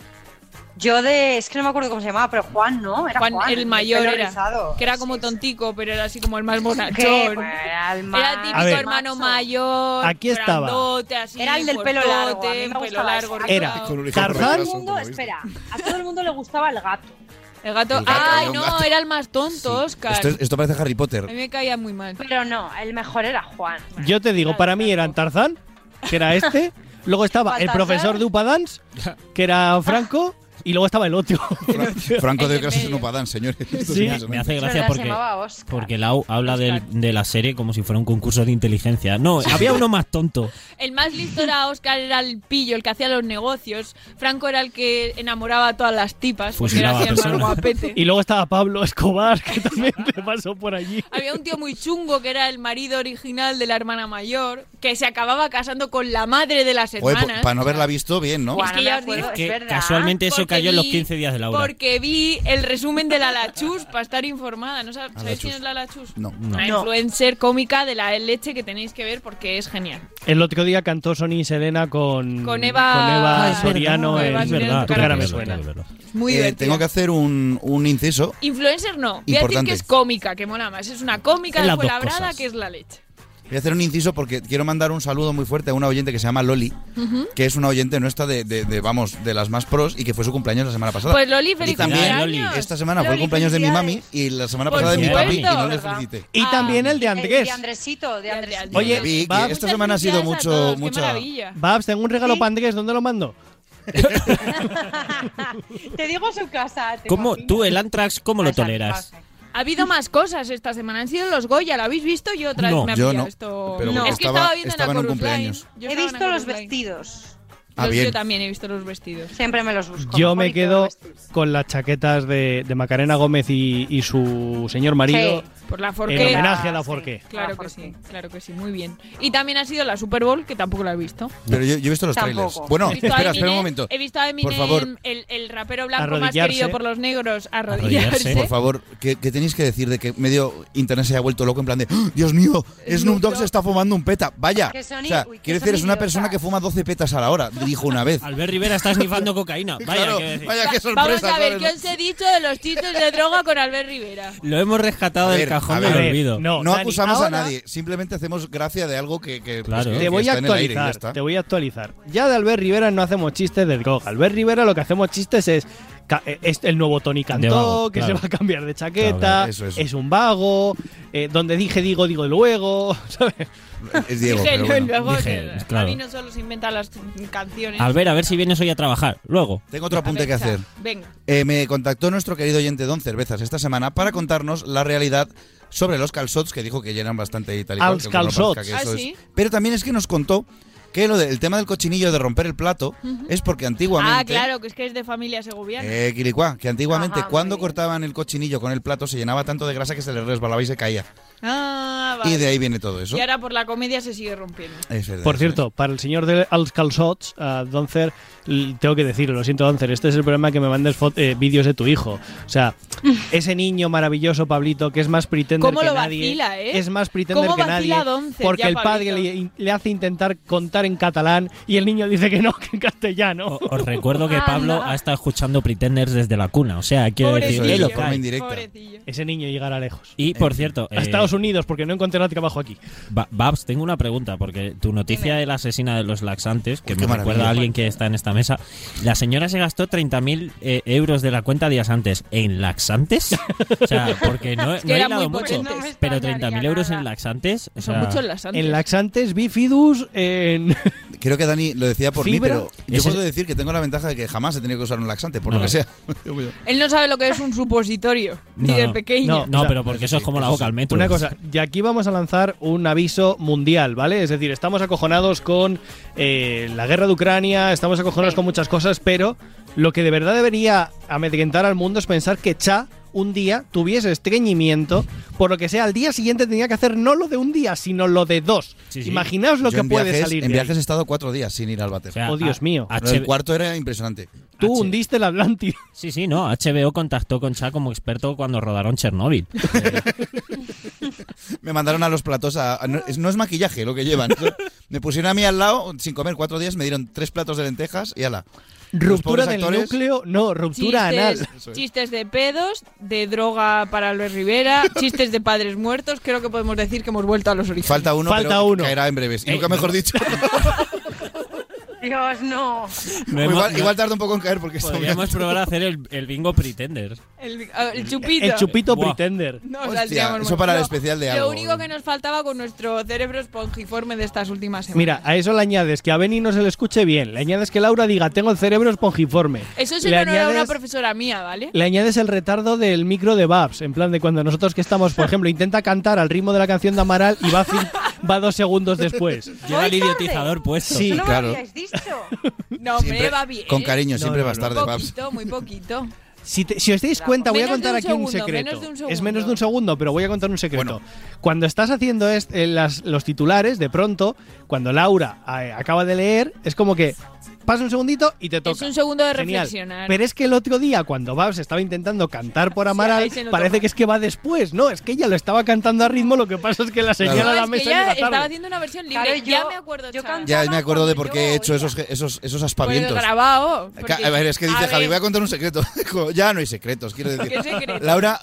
S6: Yo de. Es que no me acuerdo cómo se llamaba, pero Juan, ¿no? Era Juan,
S12: Juan, el mayor
S6: pelo
S12: era,
S6: rizado.
S12: que era como tontico, pero era así como el más
S6: Que,
S12: bonachón.
S6: bueno,
S12: Era el
S6: Pues, más
S12: típico
S13: A ver.
S12: hermano mayor,
S13: Aquí estaba.
S12: grandote, así,
S6: Era el del pelo largo, a mí me
S12: fuertote, pelo
S6: gustaba
S12: largo,
S6: ese.
S13: Era
S12: rizado.
S6: Todo el
S13: Tarzán,
S6: mundo, espera, a todo el mundo le gustaba el gato.
S12: El gato,
S2: El gato,
S12: ay
S2: era un
S12: no,
S2: gato.
S12: era el más tonto, Oscar.
S2: Esto, es- esto parece Harry
S12: A mí
S2: Potter.
S12: me caía muy mal.
S6: Pero no, el mejor era Juan.
S13: Yo te digo, para mí eran Tarzán, que era este. luego estaba el
S6: Baltasar.
S13: profesor de Upadans, que era Franco. Y luego estaba el otro.
S2: Franco de clases en Upadán, señores. Esto
S13: Sí.
S2: es una-
S1: Me hace
S6: Es
S1: gracia
S6: verdad, se
S1: porque,
S6: llamaba Oscar.
S1: porque Lau habla del- de la serie como si fuera un concurso de inteligencia. No, había uno más tonto.
S12: El más listo era Oscar, era el pillo, el que hacía los negocios. Franco era el que enamoraba a todas las tipas, porque era
S13: Fusilaba
S12: así el más
S13: Pues personas.
S12: guapete.
S13: Y luego estaba Pablo Escobar, que también te pasó por allí.
S12: Había un tío muy chungo que era el marido original de la hermana mayor, que se acababa casando con la madre de las
S2: Joder,
S12: hermanas.
S2: po- para no haberla visto bien, ¿no?
S13: Pues
S12: Es que ya os digo-
S1: casualmente eso
S12: Porque
S1: tenía yo en los
S12: allí
S1: 15 días de Laura.
S12: Porque vi el resumen de la Lachus para estar informada. ¿No sabes
S1: Lachus.
S12: quién es la Lachus?
S1: No.
S13: No.
S12: Una
S13: No.
S12: influencer cómica de la leche que tenéis que ver porque es genial.
S13: El otro día cantó Sony y Selena con,
S12: Con Eva- Ah, es verdad.
S13: Soriano
S12: Con
S13: en
S12: Eva Soriano en
S13: Tu
S12: Tu
S13: cara
S12: cara
S13: me
S12: me
S13: suena.
S12: Muy
S2: Eh,
S12: divertida.
S2: tengo que hacer un, un inciso.
S12: Influencer no. Voy a decir
S2: Importante.
S12: que es cómica, que mola más. Es una cómica
S2: Es las
S12: de
S2: dos
S12: labrada
S2: cosas.
S12: que es la leche.
S2: Voy a hacer un inciso porque quiero mandar un saludo muy fuerte a una oyente que se llama Loli,
S12: Ujú.
S2: que es una oyente nuestra de, de- de, vamos, de las más pros y que fue su cumpleaños la semana pasada.
S12: Pues Loli,
S2: Y
S12: feliz
S2: también
S12: cumpleaños.
S2: esta semana fue el cumpleaños de mi mami y la semana
S12: Por
S2: pasada de mi papi y
S12: supuesto,
S2: no le
S12: ¿verdad?
S2: felicité.
S13: Y
S12: Ah,
S13: también el de
S6: Eh,
S13: Andrés.
S6: de Andresito, de Andresito.
S13: Oye,
S2: Vi que
S13: Babs,
S2: esta semana ha sido mucho, mucha-
S13: Babs, tengo un regalo para Andrés, ¿dónde lo mando?
S6: Te digo su casa. te
S1: ¿Cómo,
S6: imagino.
S1: tú el Antrax, cómo lo toleras?
S12: Ha habido más cosas esta semana. Han sido los Goya, ¿lo habéis visto? Yo otra
S1: No,
S12: vez me ha
S1: yo
S12: pillado
S1: no,
S12: esto.
S1: pero porque
S12: es que
S1: estaba-
S12: estaba viendo
S1: estaba en un
S12: Chorus Line.
S1: cumpleaños.
S12: Yo
S6: He
S12: estaba en
S6: visto
S12: Chorus
S6: los
S12: Line.
S6: vestidos.
S2: Ah,
S12: Los-
S2: bien.
S12: Yo también he visto los vestidos.
S6: Siempre me los busco.
S13: Yo me
S6: Mónica.
S13: quedo con las chaquetas de, de Macarena Gómez y, y su señor marido.
S12: Sí, por la
S13: en
S12: forqué.
S13: homenaje a la Forqué.
S12: Claro que sí, claro que sí, muy bien. Y también ha sido la Super Bowl, que tampoco la he visto.
S2: Pero yo, yo he visto los
S12: Tampoco.
S2: trailers. Bueno,
S12: He visto a
S2: espera, espera un
S12: Eminem-
S2: momento.
S12: He visto a Eminem, ¿eh?
S2: Por favor,
S12: el, el rapero blanco más
S2: Arrodillarse.
S12: querido por los negros, arrodillarse.
S2: Por favor, ¿qué, qué tenéis que decir de que medio internet se haya vuelto loco en plan de "¡Ah, Dios mío, Snoop Dogg se está fumando un peta? Vaya.
S1: Que son
S2: o sea,
S1: i- uy, que
S2: quiero
S1: son
S2: decir, es una
S1: idiotas.
S2: persona que fuma 12 petas a la hora, dijo una vez.
S1: Albert Rivera está snifando cocaína. Vaya,
S2: Claro,
S1: qué decir.
S2: vaya qué
S12: Vamos
S2: sorpresa.
S12: a ver,
S2: ¿sabes?
S12: ¿qué os he dicho de los títulos de droga con Albert Rivera?
S1: Lo hemos rescatado
S2: A ver,
S1: del cajón
S2: a
S1: del
S2: ver,
S1: olvido.
S2: No, acusamos a nadie, simplemente hacemos gracia de algo que, que, pues,
S1: Claro.
S2: que-
S13: Te
S2: que
S13: voy a
S2: está en el aire y ya
S13: actualizar,
S2: está.
S13: te voy a actualizar. Ya de Albert Rivera no hacemos chistes de droga. Albert Rivera lo que hacemos chistes es, ca- eh, es el nuevo Tony
S1: De
S13: Cantó,
S1: vago,
S13: que
S1: claro.
S13: se va a cambiar de chaqueta,
S1: Claro, eso, eso.
S13: es un vago, eh, donde dije digo, digo luego, ¿sabes?
S2: Es
S12: Diego, Dije, pero no, bueno. luego,
S1: Dije,
S12: A
S1: claro.
S12: mí no solo se inventan las canciones.
S1: Albert, a ver si vienes hoy a trabajar. Luego.
S2: Tengo otro apunte que hacer.
S12: Venga.
S2: Eh, me contactó nuestro querido oyente Don Cervezas esta semana para contarnos la realidad sobre los calzots que dijo que llenan bastante y tal y cual,
S13: Als
S2: que aunque no parezca
S13: calzots.
S2: que
S13: Ah,
S2: eso es.
S13: ¿sí?
S2: Pero también es que nos contó que lo del tema del cochinillo de romper el plato
S12: Ujú.
S2: es porque antiguamente
S1: ¿eh?
S12: Ah, claro, que es que es de familia segoviana.
S2: eh, Quilicuá, que antiguamente
S12: Ajá, muy
S2: cuando cortaban el cochinillo con el plato se llenaba tanto de grasa que se le resbalaba y se caía.
S12: Ah, vale.
S2: Y de ahí viene todo eso.
S12: Y ahora por la comedia se sigue rompiendo.
S2: Es verdad,
S13: Por
S2: es
S13: cierto, para el señor de Als Calzots, a Doncer, l- tengo que decirlo, lo siento, Doncer, este es el problema que me mandes fot- eh, vídeos de tu hijo. O sea, ese niño maravilloso, Pablito, que es más pretender
S12: ¿Cómo
S13: que
S12: lo
S13: nadie.
S12: vacila, eh?
S13: Es más pretender
S12: ¿Cómo
S13: que nadie.
S12: vacila Doncer
S13: porque
S12: ya,
S13: el padre
S12: Pablito?
S13: le, le hace intentar contar en catalán y el niño dice que no, que en castellano.
S1: Os recuerdo que Pablo ha estado escuchando Pretenders desde la cuna. O sea, quiero decir,
S13: Pobrecillo.
S1: es lo
S13: De
S1: que
S13: forma
S1: hay.
S13: indirecta. Ese niño llegará lejos.
S1: Y por cierto,
S13: a
S1: eh,
S13: Estados Unidos, porque no encontrará trabajo aquí.
S1: Ba- Babs, tengo una pregunta, porque tu noticia de la asesina de los laxantes, que
S13: Uy,
S1: me
S13: qué
S1: recuerda
S13: maravilla.
S1: a alguien que está en esta mesa, la señora se gastó 30.000 eh, euros de la cuenta días antes en laxantes. O sea, porque no,
S12: Es que
S1: no he
S12: era
S1: hilado
S12: muy
S1: mucho,
S12: potente. No me
S1: pero 30.000 euros en laxantes. o
S12: Son
S1: sea,
S12: muchos laxantes.
S13: En laxantes, bifidus, en.
S2: Creo que Dani lo decía por mí,
S13: Fibra.
S2: pero yo
S13: Ese-
S2: puedo decir que tengo la ventaja de que jamás he tenido que usar un laxante, por lo
S1: No.
S2: que sea.
S12: Él no sabe lo que es un supositorio, ni de pequeño.
S1: No, pero porque eso es como la boca al metro.
S13: Una cosa, y aquí vamos a lanzar un aviso mundial, ¿vale? Es decir, estamos acojonados con eh, la guerra de Ucrania, estamos acojonados con muchas cosas, pero lo que de verdad debería amedrentar al mundo es pensar que Cha un día tuviese estreñimiento, por lo que sea, al día siguiente tenía que hacer no lo de un día, sino lo de dos.
S2: Sí.
S13: Imaginaos lo
S2: Yo
S13: que
S2: en
S13: puede
S2: viajes-
S13: salir.
S2: En
S13: de ahí.
S2: viajes he estado cuatro días sin ir al váter.
S1: sea,
S13: Oh, Dios
S1: a-
S13: mío.
S1: a-
S2: Lo del cuarto era impresionante.
S13: Tú hundiste el Atlántida.
S1: Sí, sí, no. HBO contactó con Cha como experto cuando rodaron Chernóbil. Eh,
S2: Me mandaron a los platos a. a- no, es, no es maquillaje lo que llevan. Me pusieron a mí al lado sin comer cuatro días, me dieron tres platos de lentejas y ala. Los
S13: Ruptura
S2: pobres
S13: del
S2: actores-
S13: núcleo, no, ruptura
S12: Chistes,
S13: anal.
S12: chistes de pedos, de droga para Luis Rivera, chistes de padres muertos. Creo que podemos decir que hemos vuelto a los orígenes.
S2: Falta uno,
S13: Falta
S2: pero
S13: uno.
S2: caerá en breves.
S1: Eh,
S2: Y nunca mejor dicho.
S6: Dios, no.
S1: No
S2: O
S1: hemos-
S2: igual,
S1: no-
S2: igual tarda un poco en caer porque esto-
S1: Podríamos probar a hacer el, el bingo Pretender.
S12: El, ah, el chupito.
S1: El chupito
S12: Buah.
S1: Pretender.
S12: No,
S1: Hostia,
S12: saldríamos
S1: eso
S12: mucho.
S1: para el
S12: Lo-
S1: especial de
S12: Lo
S1: algo.
S12: único que nos faltaba con nuestro cerebro espongiforme de estas últimas semanas.
S13: Mira, a eso le añades que a Benny no se le escuche bien, le añades que Laura diga tengo el cerebro espongiforme.
S12: Eso es
S13: le
S12: en honor a una
S13: añades,
S12: profesora mía, ¿vale?
S13: le añades el retardo del micro de Babs, en plan de cuando nosotros que estamos, por ejemplo, intenta cantar al ritmo de la canción de Amaral y va, a cin- va dos segundos después.
S1: Lleva el idiotizador puesto.
S13: Sí, claro.
S12: No, hombre, va bien.
S13: ¿Eh?
S2: con cariño, siempre vas tarde, Babs.
S12: Poquito, muy poquito.
S13: Si, te- si os dais
S12: Bravo.
S13: cuenta, voy a
S12: Menos
S13: contar
S12: de un
S13: aquí un
S12: segundo,
S13: secreto.
S12: menos de un
S13: es
S12: segundo.
S13: menos de un segundo, pero voy a contar un secreto. Cuando estás haciendo est- eh, las- los titulares, de pronto, cuando Laura eh, acaba de leer, es como que pasa un segundito y te toca.
S12: un segundo de
S13: Genial.
S12: reflexionar.
S13: Pero es que el otro día, cuando Babs estaba intentando cantar por Amaral,
S12: ahí se notó
S13: parece que es que va después, ¿no? Es que ella lo estaba cantando a ritmo, lo que pasa es que la señora
S12: No,
S13: a la
S12: es que
S13: mesa
S12: ya
S13: llega
S12: estaba
S13: tarde.
S12: haciendo una versión libre. ya me acuerdo, chaval.
S2: Ya me acuerdo de por qué he hecho esos, esos, esos
S12: Por el
S2: aspavientos.
S12: grabado. porque-
S2: Ca- A ver, es que dice
S12: a
S2: Javi,
S12: ver,
S2: voy a contar un secreto. Dijo, ya no hay secretos, quiero decir.
S12: ¿Qué secreto?
S2: Laura,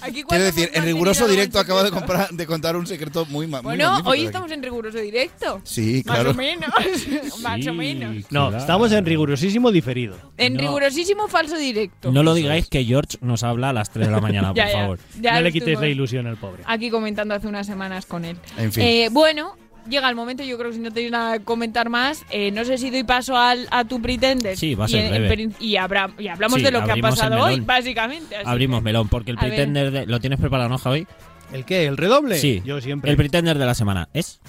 S12: aquí cuando
S2: quiero
S12: hemos
S2: decir, en
S12: mantenido
S2: riguroso
S12: algún
S2: directo acaba de,
S12: secreto.
S2: comprar- de contar un secreto muy ma- muy
S12: Bueno,
S2: magnífico
S12: hoy
S2: de aquí.
S12: estamos en riguroso directo.
S2: Sí,
S12: Más
S2: claro.
S12: o menos. Más o menos.
S13: No, estamos en rigurosísimo diferido.
S12: En
S1: No.
S12: rigurosísimo falso directo.
S1: No lo digáis que George nos habla a las 3 de la mañana, por
S12: Ya, ya.
S1: favor.
S12: Ya Ah. No le quitéis
S1: quitéis
S12: estuvo. la
S13: ilusión al pobre.
S12: Aquí comentando hace unas semanas con él.
S1: En fin.
S12: Eh, bueno, llega el momento, yo creo que si no tenéis nada que comentar más, eh, no sé si doy paso al, a tu Pretender.
S1: Sí, va a
S12: Y
S1: ser
S12: en- en
S1: breve.
S12: prin- Y, habrá- y hablamos
S1: Sí,
S12: de lo que ha
S1: abrimos el
S12: pasado hoy,
S1: melón.
S12: básicamente. así
S1: Abrimos
S12: que-
S1: melón, porque el
S12: A ver.
S1: pretender. de- ¿Lo tienes preparado, no, Javi?
S13: ¿El qué? ¿El redoble?
S1: Sí.
S13: Yo siempre.
S1: El pretender de la semana es.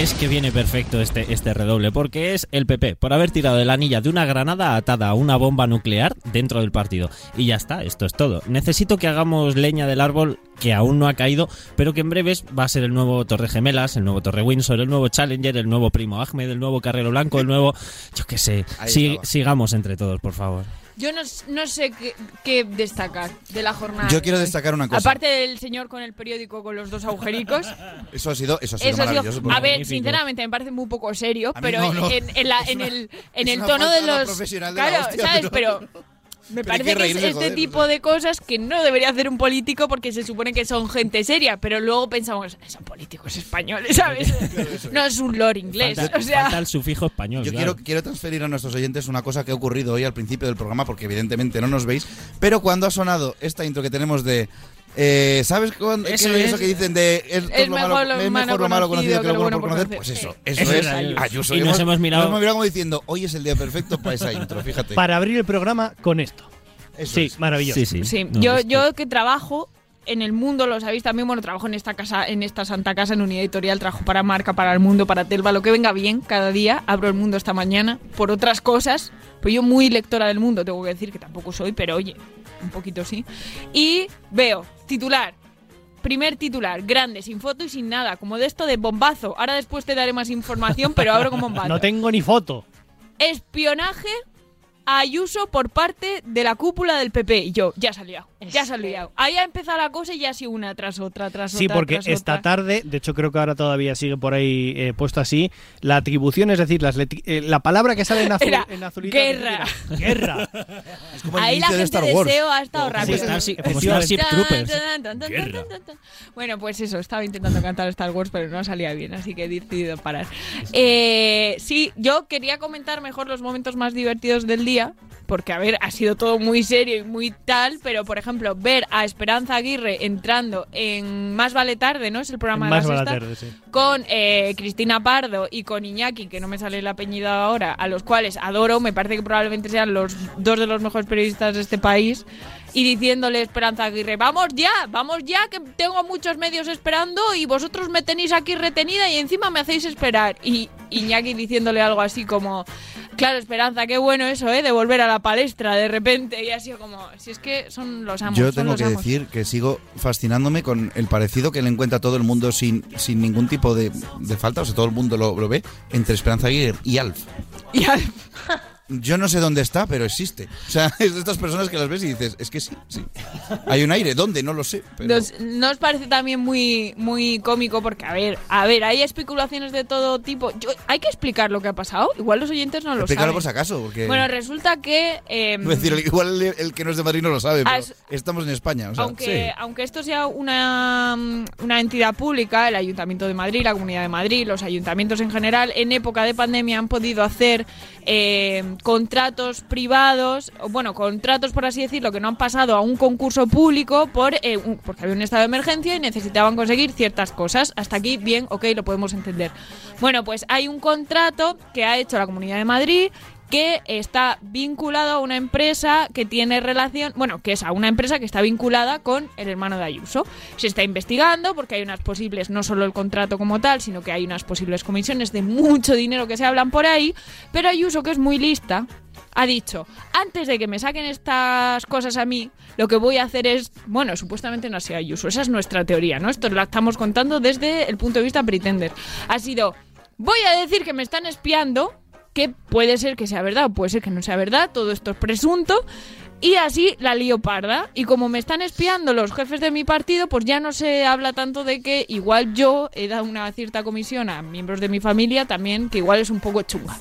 S1: Es que viene perfecto este, este redoble, porque es el PP, por haber tirado de la anilla de una granada atada a una bomba nuclear dentro del partido. Y ya está, esto es todo. Necesito que hagamos leña del árbol que aún no ha caído, pero que en breves va a ser el nuevo Torre Gemelas, el nuevo Torre Windsor, el nuevo Challenger, el nuevo Primo Ahmed, el nuevo Carrero Blanco, el nuevo... Yo qué sé.
S2: Ahí
S1: Sí,
S2: estaba.
S1: sigamos entre todos, por favor.
S12: Yo no, s- no sé qué, qué destacar de la jornada.
S1: Yo quiero destacar una cosa.
S12: Aparte del señor con el periódico con los dos agujericos.
S2: Eso ha sido, eso ha sido
S12: Eso ha sido-
S2: maravilloso. pues por
S12: a ver,
S2: favor.
S12: sinceramente me parece muy poco serio,
S2: A mí no,
S12: pero en-
S2: no.
S12: en, en la-
S2: Es
S12: en
S2: una-
S12: el, en
S2: es
S12: el
S2: una
S12: tono
S2: falta
S12: de
S2: de lo
S12: los...
S2: profesional de la
S12: claro,
S2: hostia,
S12: ¿sabes?
S2: pero-
S12: Pero... Me
S2: Pero hay
S12: parece
S2: que
S12: que es
S2: reírse,
S12: este
S2: joder,
S12: tipo de cosas que no debería hacer un político porque se supone que son gente seria, pero luego pensamos, son políticos españoles, ¿sabes? no es un lore inglés.
S2: Falta-
S12: o sea,
S1: Falta el sufijo español.
S2: Yo
S1: claro.
S2: quiero, quiero transferir a nuestros oyentes una cosa que ha ocurrido hoy al principio del programa, porque evidentemente no nos veis, pero cuando ha sonado esta intro que tenemos de... eh, ¿Sabes cuándo- qué es
S12: Eso
S2: eso,
S12: es.
S2: que dicen de es, todo
S12: Es
S2: lo
S12: mejor
S2: malo,
S12: lo
S2: es
S12: malo
S2: mejor lo malo
S12: conocido
S2: conocido que lo bueno por conocer? Pues eso, eso,
S1: Eso es
S2: es.
S1: Ayuso.
S2: Ayuso.
S1: Y nos hemos mirado-
S2: nos hemos mirado como diciendo, hoy es el día perfecto para esa intro, fíjate.
S13: Para abrir el programa con esto. sí, maravilloso.
S1: Sí, sí.
S12: Sí, yo, yo que trabajo en el mundo, lo sabéis también, bueno, trabajo en esta casa, en esta santa casa, en unidad editorial, trabajo para Marca, para El Mundo, para Telva, lo que venga bien cada día, abro El Mundo esta mañana, por otras cosas, pues yo muy lectora del mundo, tengo que decir que tampoco soy, pero oye, un poquito sí, y veo, titular, primer titular, grande, sin foto y sin nada, como de esto de bombazo, ahora después te daré más información, pero abro con bombazo.
S13: No tengo ni foto.
S12: Espionaje a Ayuso por parte de la cúpula del PP. Y yo, ya se ha liado, ya se ha liado. Ahí ha empezado la cosa y ya ha sido una tras otra, tras
S13: Sí,
S12: otra.
S13: porque
S12: tras
S13: esta
S12: otra.
S13: tarde, de hecho creo que ahora todavía sigue por ahí eh, puesto así, la atribución, es decir, las leti- eh, la palabra que sale en azul...
S12: Era
S13: en
S12: guerra.
S13: Guerra. como el
S12: Ahí la
S13: inicio de
S12: gente
S13: Star
S12: de
S13: Wars.
S12: SEO ha estado
S13: Como
S12: rápido.
S13: Starship- como Starship
S12: Tan,
S13: Troopers.
S12: tan, tan, tan,
S13: Guerra.
S12: tan, tan, tan. Bueno, pues eso, estaba intentando cantar Star Wars, pero no salía bien, así que he decidido parar. Eh, sí, yo quería comentar mejor los momentos más divertidos del día, porque, a ver, ha sido todo muy serio y muy tal, pero, por ejemplo, ver a Esperanza Aguirre entrando en Más Vale Tarde, ¿no? Es el programa
S13: Más
S12: de la
S13: mala
S12: sexta
S13: tarde, sí.
S12: con eh, Cristina Pardo y con Iñaki, que no me sale el apellido ahora, a los cuales adoro, me parece que probablemente sean los dos de los mejores periodistas de este país, y diciéndole a Esperanza Aguirre, vamos ya, vamos ya, que tengo muchos medios esperando y vosotros me tenéis aquí retenida y encima me hacéis esperar. Y Iñaki diciéndole algo así como, claro, Esperanza, qué bueno eso, ¿eh? De volver a la palestra de repente, y ha sido como, si es que son los amos.
S2: Yo
S12: son
S2: tengo
S12: los
S2: que
S12: amos".
S2: decir que sigo fascinándome con el parecido que le encuentra todo el mundo sin, sin ningún tipo de, de falta, o sea, todo el mundo lo, lo ve, entre Esperanza Aguirre y Alf.
S12: Y Alf.
S2: Yo no sé dónde está, pero existe. O sea, es de estas personas que las ves y dices, es que sí, sí. Hay un aire, ¿dónde? No lo sé. pero-
S12: Nos- ¿No os parece también muy, muy cómico? Porque, a ver, a ver, hay especulaciones de todo tipo. Yo- hay que explicar lo que ha pasado. Igual los oyentes no lo
S2: Explícalo
S12: saben.
S2: por si acaso, porque...
S12: Bueno, resulta que... eh,
S2: Iba a decir, igual el, el que no es de Madrid no lo sabe, pero
S12: As-
S2: estamos en España. o sea,
S12: aunque, aunque esto sea una, mm, una entidad pública, el Ayuntamiento de Madrid, la Comunidad de Madrid, los ayuntamientos en general, en época de pandemia han podido hacer eh, contratos privados, o bueno, contratos por así decirlo, que no han pasado a un concurso público por eh, un- porque había un estado de emergencia y necesitaban conseguir ciertas cosas. Hasta aquí, bien, ok, lo podemos entender. Bueno, pues hay un contrato que ha hecho la Comunidad de Madrid que está vinculado a una empresa que tiene relación, bueno, que es a una empresa que está vinculada con el hermano de Ayuso. Se está investigando porque hay unas posibles, no solo el contrato como tal, sino que hay unas posibles comisiones de mucho dinero que se hablan por ahí, pero Ayuso, que es muy lista, ha dicho, antes de que me saquen estas cosas a mí, lo que voy a hacer es, bueno, supuestamente no ha sido Ayuso, esa es nuestra teoría, ¿no? Esto la estamos contando desde el punto de vista pretender. Ha sido, voy a decir que me están espiando, que puede ser que sea verdad o puede ser que no sea verdad, todo esto es presunto, y así la lío parda. Y como me están espiando los jefes de mi partido, pues ya no se habla tanto de que igual yo he dado una cierta comisión a miembros de mi familia también, que igual es un poco chunga.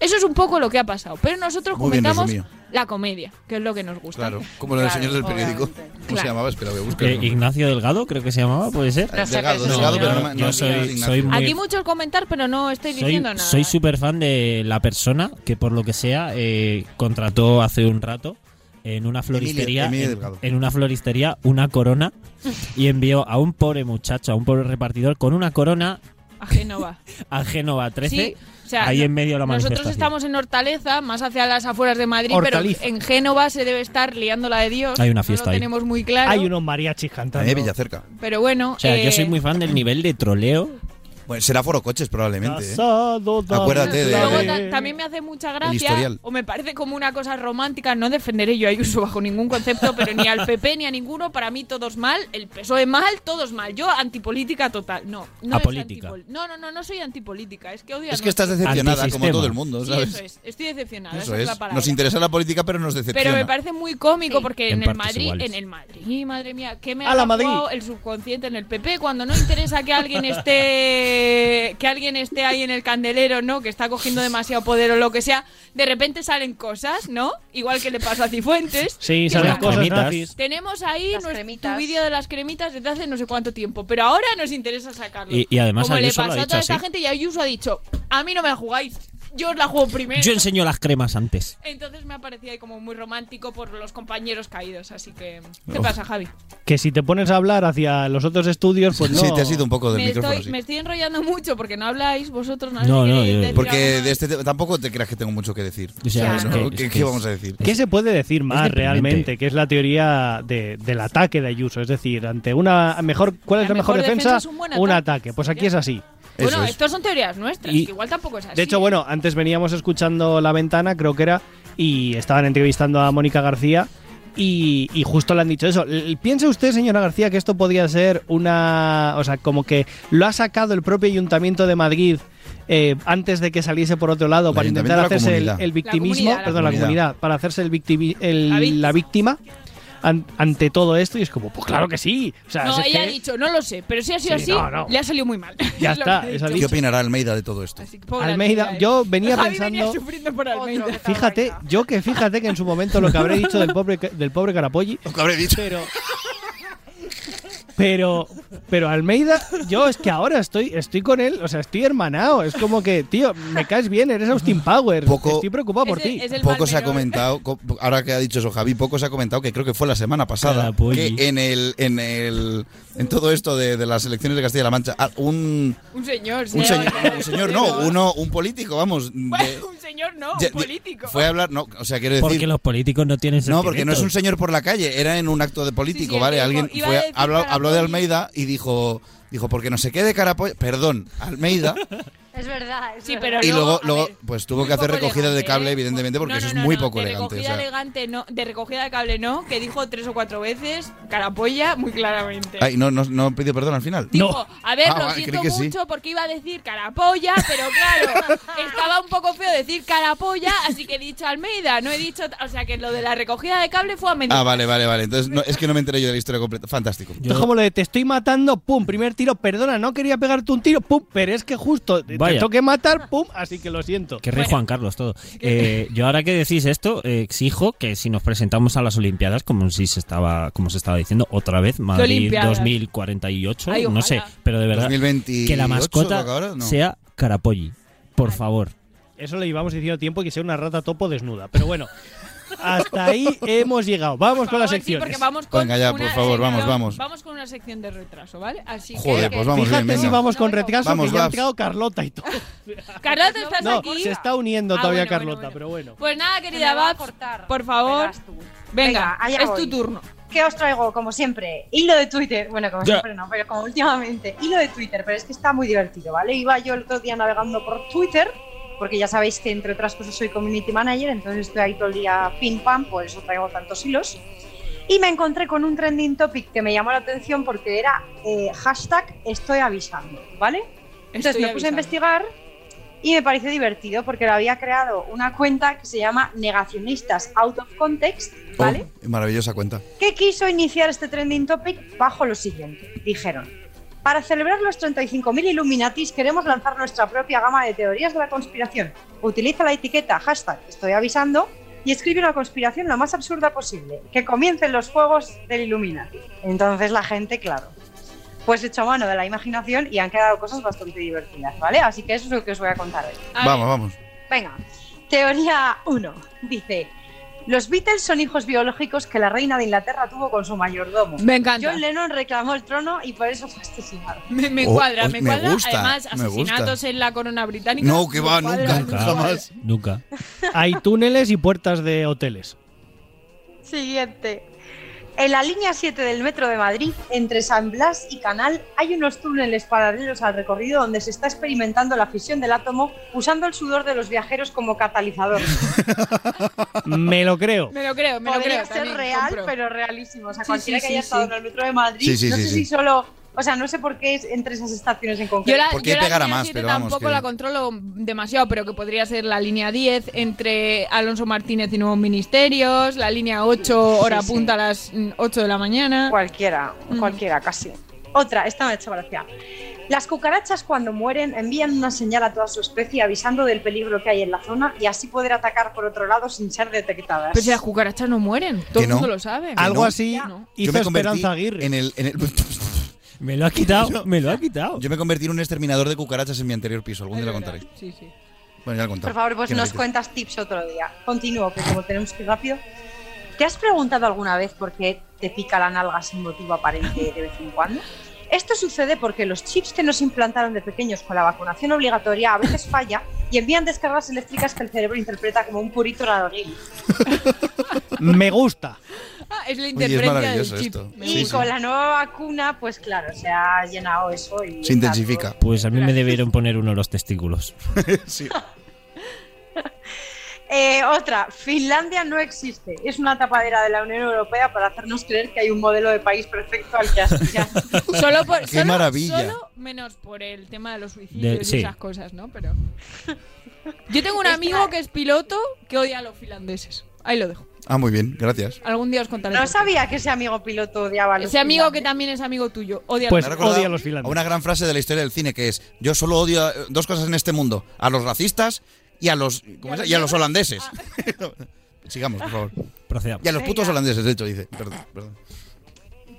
S12: Eso es un poco lo que ha pasado. Pero nosotros
S2: Muy bien
S12: comentamos
S2: resumido.
S12: la comedia, que es lo que nos gusta.
S2: Claro, como lo del señor del periódico. ¿Cómo se
S12: Claro.
S2: llamaba? Espera, voy a
S1: Eh,
S2: buscarlo.
S1: Ignacio Delgado, creo que se llamaba, ¿puede ser?
S2: No sé Delgado, qué es Delgado, eso. pero no me- no
S1: yo
S2: me digas
S1: soy,
S2: Ignacio.
S1: soy muy
S12: Aquí muchos comentar, pero no estoy
S1: soy,
S12: diciendo nada.
S1: soy súper fan de la persona que, por lo que sea, eh, contrató hace un rato en una floristería
S2: Emilio
S1: en-
S2: Delgado.
S1: en, una floristería una corona y envió a un pobre muchacho, a un pobre repartidor con una corona
S12: A Génova.
S1: a Génova 13
S12: Sí, o sea,
S1: ahí
S12: no-
S1: en medio de la
S12: Nosotros
S1: manifestación.
S12: estamos en Hortaleza, más hacia las afueras de Madrid,
S1: Hortaliza.
S12: pero en Génova se debe estar liándola de Dios.
S1: Hay una
S12: no
S1: fiesta
S12: lo
S1: ahí.
S12: tenemos muy claro.
S13: Hay unos mariachis cantando.
S2: Eh, Villacerca.
S12: Pero bueno,
S1: O sea,
S12: eh,
S1: yo soy muy fan del nivel de troleo.
S2: Bueno, será Foro Coches
S1: Ah,
S2: probablemente. ¿eh?
S13: Casado, dame-
S2: Acuérdate de-
S12: luego
S2: de-
S12: ta- también me hace mucha gracia,
S2: historial.
S12: o me parece como una cosa romántica, no defenderé yo a Ayuso bajo ningún concepto, pero ni al PP ni a ninguno, para mí todos mal, el PSOE E mal, todos mal, yo antipolítica total, no, no es
S1: Apolítica.
S12: antipol- No, no, no, no soy antipolítica, es que odio a
S2: Es que estás
S12: nuestro-
S2: decepcionada como
S1: Antisistema.
S2: todo el mundo,
S12: Sí,
S2: ¿sabes?
S12: eso es, estoy decepcionada,
S2: Eso
S12: esa es
S2: es.
S12: la palabra.
S2: Nos interesa la política, pero nos decepciona.
S12: Pero me parece muy cómico porque
S2: En
S12: en, el
S2: partes
S12: Madrid,
S2: iguales.
S12: en el Madrid, madre mía, que me
S13: ¡A la
S12: ha
S13: Madrid!
S12: jugado el subconsciente en el PP cuando no interesa que alguien esté que alguien esté ahí en el candelero, ¿no? Que está cogiendo demasiado poder o lo que sea, de repente salen cosas, ¿no? Igual que le pasó a Cifuentes.
S13: Sí,
S12: Que
S13: salen
S12: bueno,
S13: cosas
S1: cremitas.
S13: nazis.
S12: Tenemos ahí nuestro, tu vídeo de las cremitas desde hace no sé cuánto tiempo, pero ahora nos interesa sacarlo.
S1: Y- y además
S12: Como le
S1: Ayuso lo
S12: pasó
S1: ha
S12: a
S1: dicho
S12: toda esta
S1: así.
S12: gente y Ayuso ha dicho, a mí no me la jugáis, yo os la juego primero.
S1: Yo enseño las cremas antes.
S12: Entonces me ha parecido ahí como muy romántico por los compañeros caídos, así que...
S2: Oh,
S12: ¿Qué pasa, Javi?
S13: Que si te pones a hablar hacia los otros estudios, pues no.
S2: Sí, te has ido un poco del
S12: Me
S2: micrófono.
S12: estoy,
S2: sí.
S12: me estoy enrollando mucho porque no habláis vosotros. No,
S2: No,
S12: sé si
S2: no,
S12: queréis decir
S2: Porque
S12: algo
S2: de este tema tampoco te creas que tengo mucho que decir.
S1: O sea,
S2: ¿sabes,
S1: es
S2: no?
S1: que- es
S2: ¿Qué,
S1: que
S2: qué
S1: es-
S2: vamos a decir?
S13: ¿Qué se puede decir más
S1: deprimente.
S13: realmente? Que es la teoría de- del ataque de Ayuso. Es decir, ante una mejor. ¿Cuál es la, mejor, defensa?
S12: es un buen
S13: ataque. Pues aquí es así.
S12: "Ah, Bueno, estos son teorías nuestras,
S13: Y-
S12: que igual tampoco es así. ¿eh?
S13: De hecho, bueno, antes veníamos escuchando La Ventana, creo que era, y estaban entrevistando a Mónica García. Y, y justo le han dicho eso. L- ¿Piensa usted, señora García, que esto podría ser una. O sea, como que lo ha sacado el propio Ayuntamiento de Madrid eh, antes de que saliese por otro lado
S2: El
S13: para
S2: ayuntamiento
S13: intentar
S2: o la
S13: hacerse el,
S2: comunidad?
S13: el
S2: La
S13: victimismo?
S12: comunidad, la
S13: perdón, la
S2: comunidad.
S13: comunidad. Para hacerse el victimi- el-
S12: La víctima.
S13: la víctima an- ante todo esto. Y es como, pues claro que sí. O sea,
S12: no,
S13: si es
S12: ella ha
S13: que-
S12: dicho, no lo sé, pero si ha sido
S13: Sí,
S12: así,
S13: no, no.
S12: le ha salido muy mal.
S13: Ya
S12: Es lo
S13: está,
S12: que he
S13: esa
S12: dicho.
S2: ¿Qué opinará Almeida de todo esto?
S12: Pobre
S13: Almeida,
S12: Almeida, ¿eh?
S13: yo venía
S12: Javi
S13: pensando.
S12: venía sufriendo por Almeida.
S13: Fíjate, yo que fíjate que en su momento lo que habré dicho del pobre del pobre Carapolli,
S2: Lo que habré dicho.
S13: Pero, pero pero Almeida, yo es que ahora estoy estoy con él, o sea, estoy hermanado, es como que tío, me caes bien, eres Austin Powers,
S2: Poco-
S13: estoy preocupado por ti.
S2: Poco se ha comentado, co- ahora que ha dicho eso Javi, poco se ha comentado que creo que fue la semana pasada
S1: Carapolli.
S2: que en el en el en todo esto de, de las elecciones de Castilla-La Mancha, ah, un
S12: Un señor,
S2: un
S12: sí,
S2: señor,
S12: oye,
S2: un señor no, uno un político, vamos, de-
S12: Bueno, un señor no,
S2: ya-
S12: un
S2: de-
S12: político.
S2: fue a hablar, no, o sea, quiero decir
S1: Porque los políticos no tienen
S2: No, porque no es un
S1: sentimientos.
S2: señor por la calle, era en un acto de político,
S12: Sí, sí,
S2: ¿vale?
S12: dijo-
S2: Alguien
S12: iba
S2: fue-
S12: a decir
S2: habló,
S12: Carapolli.
S2: habló de Almeida y dijo, dijo, porque no se quede Carapolli, perdón, Almeida,
S6: Es verdad, es
S12: Sí,
S6: verdad.
S12: pero
S2: y
S12: luego,
S2: luego,
S12: a
S2: luego
S12: ver,
S2: pues tuvo
S12: muy
S2: que hacer
S12: poco
S2: recogida de
S12: elegante,
S2: cable,
S12: ¿eh?
S2: evidentemente, porque
S12: No,
S2: eso
S12: no,
S2: es
S12: no,
S2: muy
S12: no,
S2: poco
S12: de
S2: elegante. o
S12: Recogida
S2: sea.
S12: elegante no, de recogida de cable no, que dijo tres o cuatro veces, carapolla, muy claramente.
S2: Ay, no, no, no pidió perdón al final.
S12: Dijo, a ver,
S2: Ah,
S12: lo
S2: vale,
S12: siento
S2: creí que sí.
S12: mucho porque iba a decir carapolla, pero claro, estaba un poco feo decir carapolla, así que he dicho Almeida, no he dicho, o sea que lo de la recogida de cable fue a medias.
S2: Ah, vale, vale, vale. Entonces, no, es que no me enteré yo de la historia completa. Fantástico.
S13: Es como lo de te estoy matando, pum, primer tiro, perdona, no quería pegarte un tiro, pum, pero es que justo te- te
S1: Vaya.
S13: toqué matar, pum, así que lo siento.
S1: Que rey Juan Carlos todo. Eh, yo ahora que decís esto, eh, exijo que si nos presentamos a las Olimpiadas, como si se estaba, como se estaba diciendo, otra vez, Madrid
S12: Olimpiadas?
S1: 2048,
S12: Ay,
S1: no sé,
S12: ojalá.
S1: pero de verdad,
S2: 2028
S1: que la mascota
S2: lo que ahora, no.
S1: sea Carapolli, por favor.
S13: Eso le llevamos diciendo tiempo que sea una rata topo desnuda, pero bueno. Hasta ahí hemos llegado. Vamos con las
S17: Sí, porque
S13: secciones.
S17: vamos con
S2: Venga, ya, por
S17: una
S2: favor, vamos,
S17: sección-
S2: vamos.
S17: Vamos con una sección de retraso, ¿vale? Así
S2: Joder,
S17: que...
S2: pues vamos
S13: Fíjate
S2: bien,
S13: si
S2: venga.
S13: vamos con retraso,
S2: Vamos,
S13: que ya ha
S2: Babs.
S13: entrado Carlota y todo.
S17: Carlota, ¿estás
S13: No,
S17: aquí?
S13: se está uniendo
S17: Ah,
S13: todavía
S17: bueno, bueno,
S13: Carlota, pero bueno.
S17: Pues nada,
S12: Me
S17: querida
S12: la va a
S17: Babs, por favor. Venga,
S12: allá
S17: es
S12: voy.
S17: tu turno.
S12: ¿Qué os traigo? Como siempre, hilo de Twitter. Bueno, como
S17: Ya.
S12: siempre no, pero como últimamente, hilo de Twitter, pero es que está muy divertido, ¿vale? Iba yo el otro día navegando por Twitter, porque ya sabéis que entre otras cosas soy community manager, entonces estoy ahí todo el día pim pam, por eso traigo tantos hilos. Y me encontré con un trending topic que me llamó la atención porque era eh, hashtag estoy avisando, ¿vale? Entonces
S17: Estoy
S12: me puse
S17: avisando.
S12: a investigar y me pareció divertido porque lo había creado una cuenta que se llama Negacionistas Out of Context, ¿vale?
S2: Oh, maravillosa cuenta.
S12: que quiso iniciar este trending topic bajo lo siguiente. Dijeron, para celebrar los 35.000 Illuminatis queremos lanzar nuestra propia gama de teorías de la conspiración. Utiliza la etiqueta hashtag estoy avisando y escribe una conspiración lo más absurda posible. Que comiencen los fuegos del Illuminati. Entonces la gente, claro, pues hecho a mano de la imaginación y han quedado cosas bastante divertidas, ¿vale? Así que eso es lo que os voy a contar hoy.
S2: Vamos, vamos.
S12: Venga, teoría 1. Dice, los Beatles son hijos biológicos que la reina de Inglaterra tuvo con su mayordomo.
S17: Me encanta.
S12: John Lennon reclamó el trono y por eso fue asesinado.
S17: Me, me
S2: Oh,
S17: cuadra,
S2: oh,
S17: me
S2: me
S17: cuadra.
S2: gusta,
S17: Además,
S2: me gusta.
S17: asesinatos en la corona británica.
S2: No, que
S17: me
S2: va,
S17: cuadra,
S2: nunca,
S17: me
S2: nunca
S17: cuadra.
S2: jamás.
S13: Nunca. Hay túneles y puertas de hoteles.
S12: Siguiente. En la línea 7 del metro de Madrid, entre San Blas y Canal, hay unos túneles paralelos al recorrido donde se está experimentando la fisión del átomo usando el sudor de los viajeros como catalizador.
S13: Me lo creo.
S17: Me lo creo, me
S12: Podría
S17: lo creo.
S12: ser
S17: también,
S12: real,
S17: compro.
S12: pero realísimo. O sea,
S17: Sí,
S12: cualquiera
S17: sí,
S12: que
S17: sí,
S12: haya
S17: sí.
S12: estado en el metro de Madrid,
S2: Sí, sí,
S12: no
S2: sí,
S12: sé
S2: sí.
S12: si solo. O sea, no sé por qué es entre esas estaciones en concreto.
S17: Yo la,
S2: ¿Por qué
S17: yo la
S2: pegar a
S17: línea
S2: más?
S17: 7
S2: Pero vamos,
S17: tampoco
S2: que-
S17: la controlo demasiado, pero que podría ser la línea 10 entre Alonso Martínez y Nuevos Ministerios, la línea 8,
S12: Sí,
S17: hora
S12: sí.
S17: punta a las mm, 8 de la mañana.
S12: Cualquiera,
S17: Mm.
S12: cualquiera, casi. Otra, esta me ha hecho gracia. Las cucarachas cuando mueren envían una señal a toda su especie avisando del peligro que hay en la zona y así poder atacar por otro lado sin ser detectadas.
S17: Pero si las cucarachas no mueren, todo
S2: Que
S17: el mundo
S2: no.
S17: lo sabe.
S13: Algo
S2: no.
S13: así
S17: Ya no.
S13: hizo Esperanza Aguirre.
S2: en el, en el-
S13: Me lo ha quitado,
S2: Yo-
S13: me lo ha quitado.
S2: Yo me convertí en un exterminador de cucarachas en mi anterior piso. Algún día lo contaré.
S17: Sí, sí.
S2: Bueno, ya lo contaré.
S12: Por favor, pues
S2: Qué
S12: nos
S2: narices.
S12: cuentas tips otro día. Continúo, que como tenemos que ir rápido. ¿Te has preguntado alguna vez por qué te pica la nalga sin motivo aparente de vez en cuando? Esto sucede porque los chips que nos implantaron de pequeños con la vacunación obligatoria a veces falla y envían descargas eléctricas que el cerebro interpreta como un purito radogil.
S13: Me gusta.
S17: Ah, es la
S2: Oye, es
S17: interferencia del
S2: maravilloso
S17: chip.
S2: esto.
S17: Me
S12: Y
S2: Sí, sí.
S12: con la nueva vacuna, pues claro, se ha llenado eso y
S2: Se intensifica.
S1: Pues a mí me debieron poner uno los testículos.
S2: Sí.
S12: Eh, otra, Finlandia no existe. Es una tapadera de la Unión Europea para hacernos creer que hay un modelo de país perfecto al que aspirar.
S17: Solo por,
S2: Qué
S17: solo-
S2: maravilla.
S17: solo menos por el tema de los suicidios
S1: De-
S17: y
S1: sí.
S17: esas cosas, ¿no? Pero. Yo tengo un amigo que es piloto que odia a los finlandeses. Ahí lo dejo.
S2: Ah, muy bien, gracias.
S17: Algún día os contaré.
S12: No
S17: por qué.
S12: sabía que ese amigo piloto odiaba a los
S17: Ese amigo que
S12: finlandeses.
S17: también es amigo tuyo odia a
S13: Pues
S2: Me ha
S17: los
S2: recordado
S13: odia a los finlandeses.
S2: Una gran frase de la historia del cine que es: Yo solo odio a- dos cosas en este mundo: a los racistas y a los, ¿cómo es? Y a los holandeses. Sigamos, por favor.
S1: Procedamos.
S2: Y a los putos
S12: Venga.
S2: holandeses, de hecho, dice. Perdón, perdón.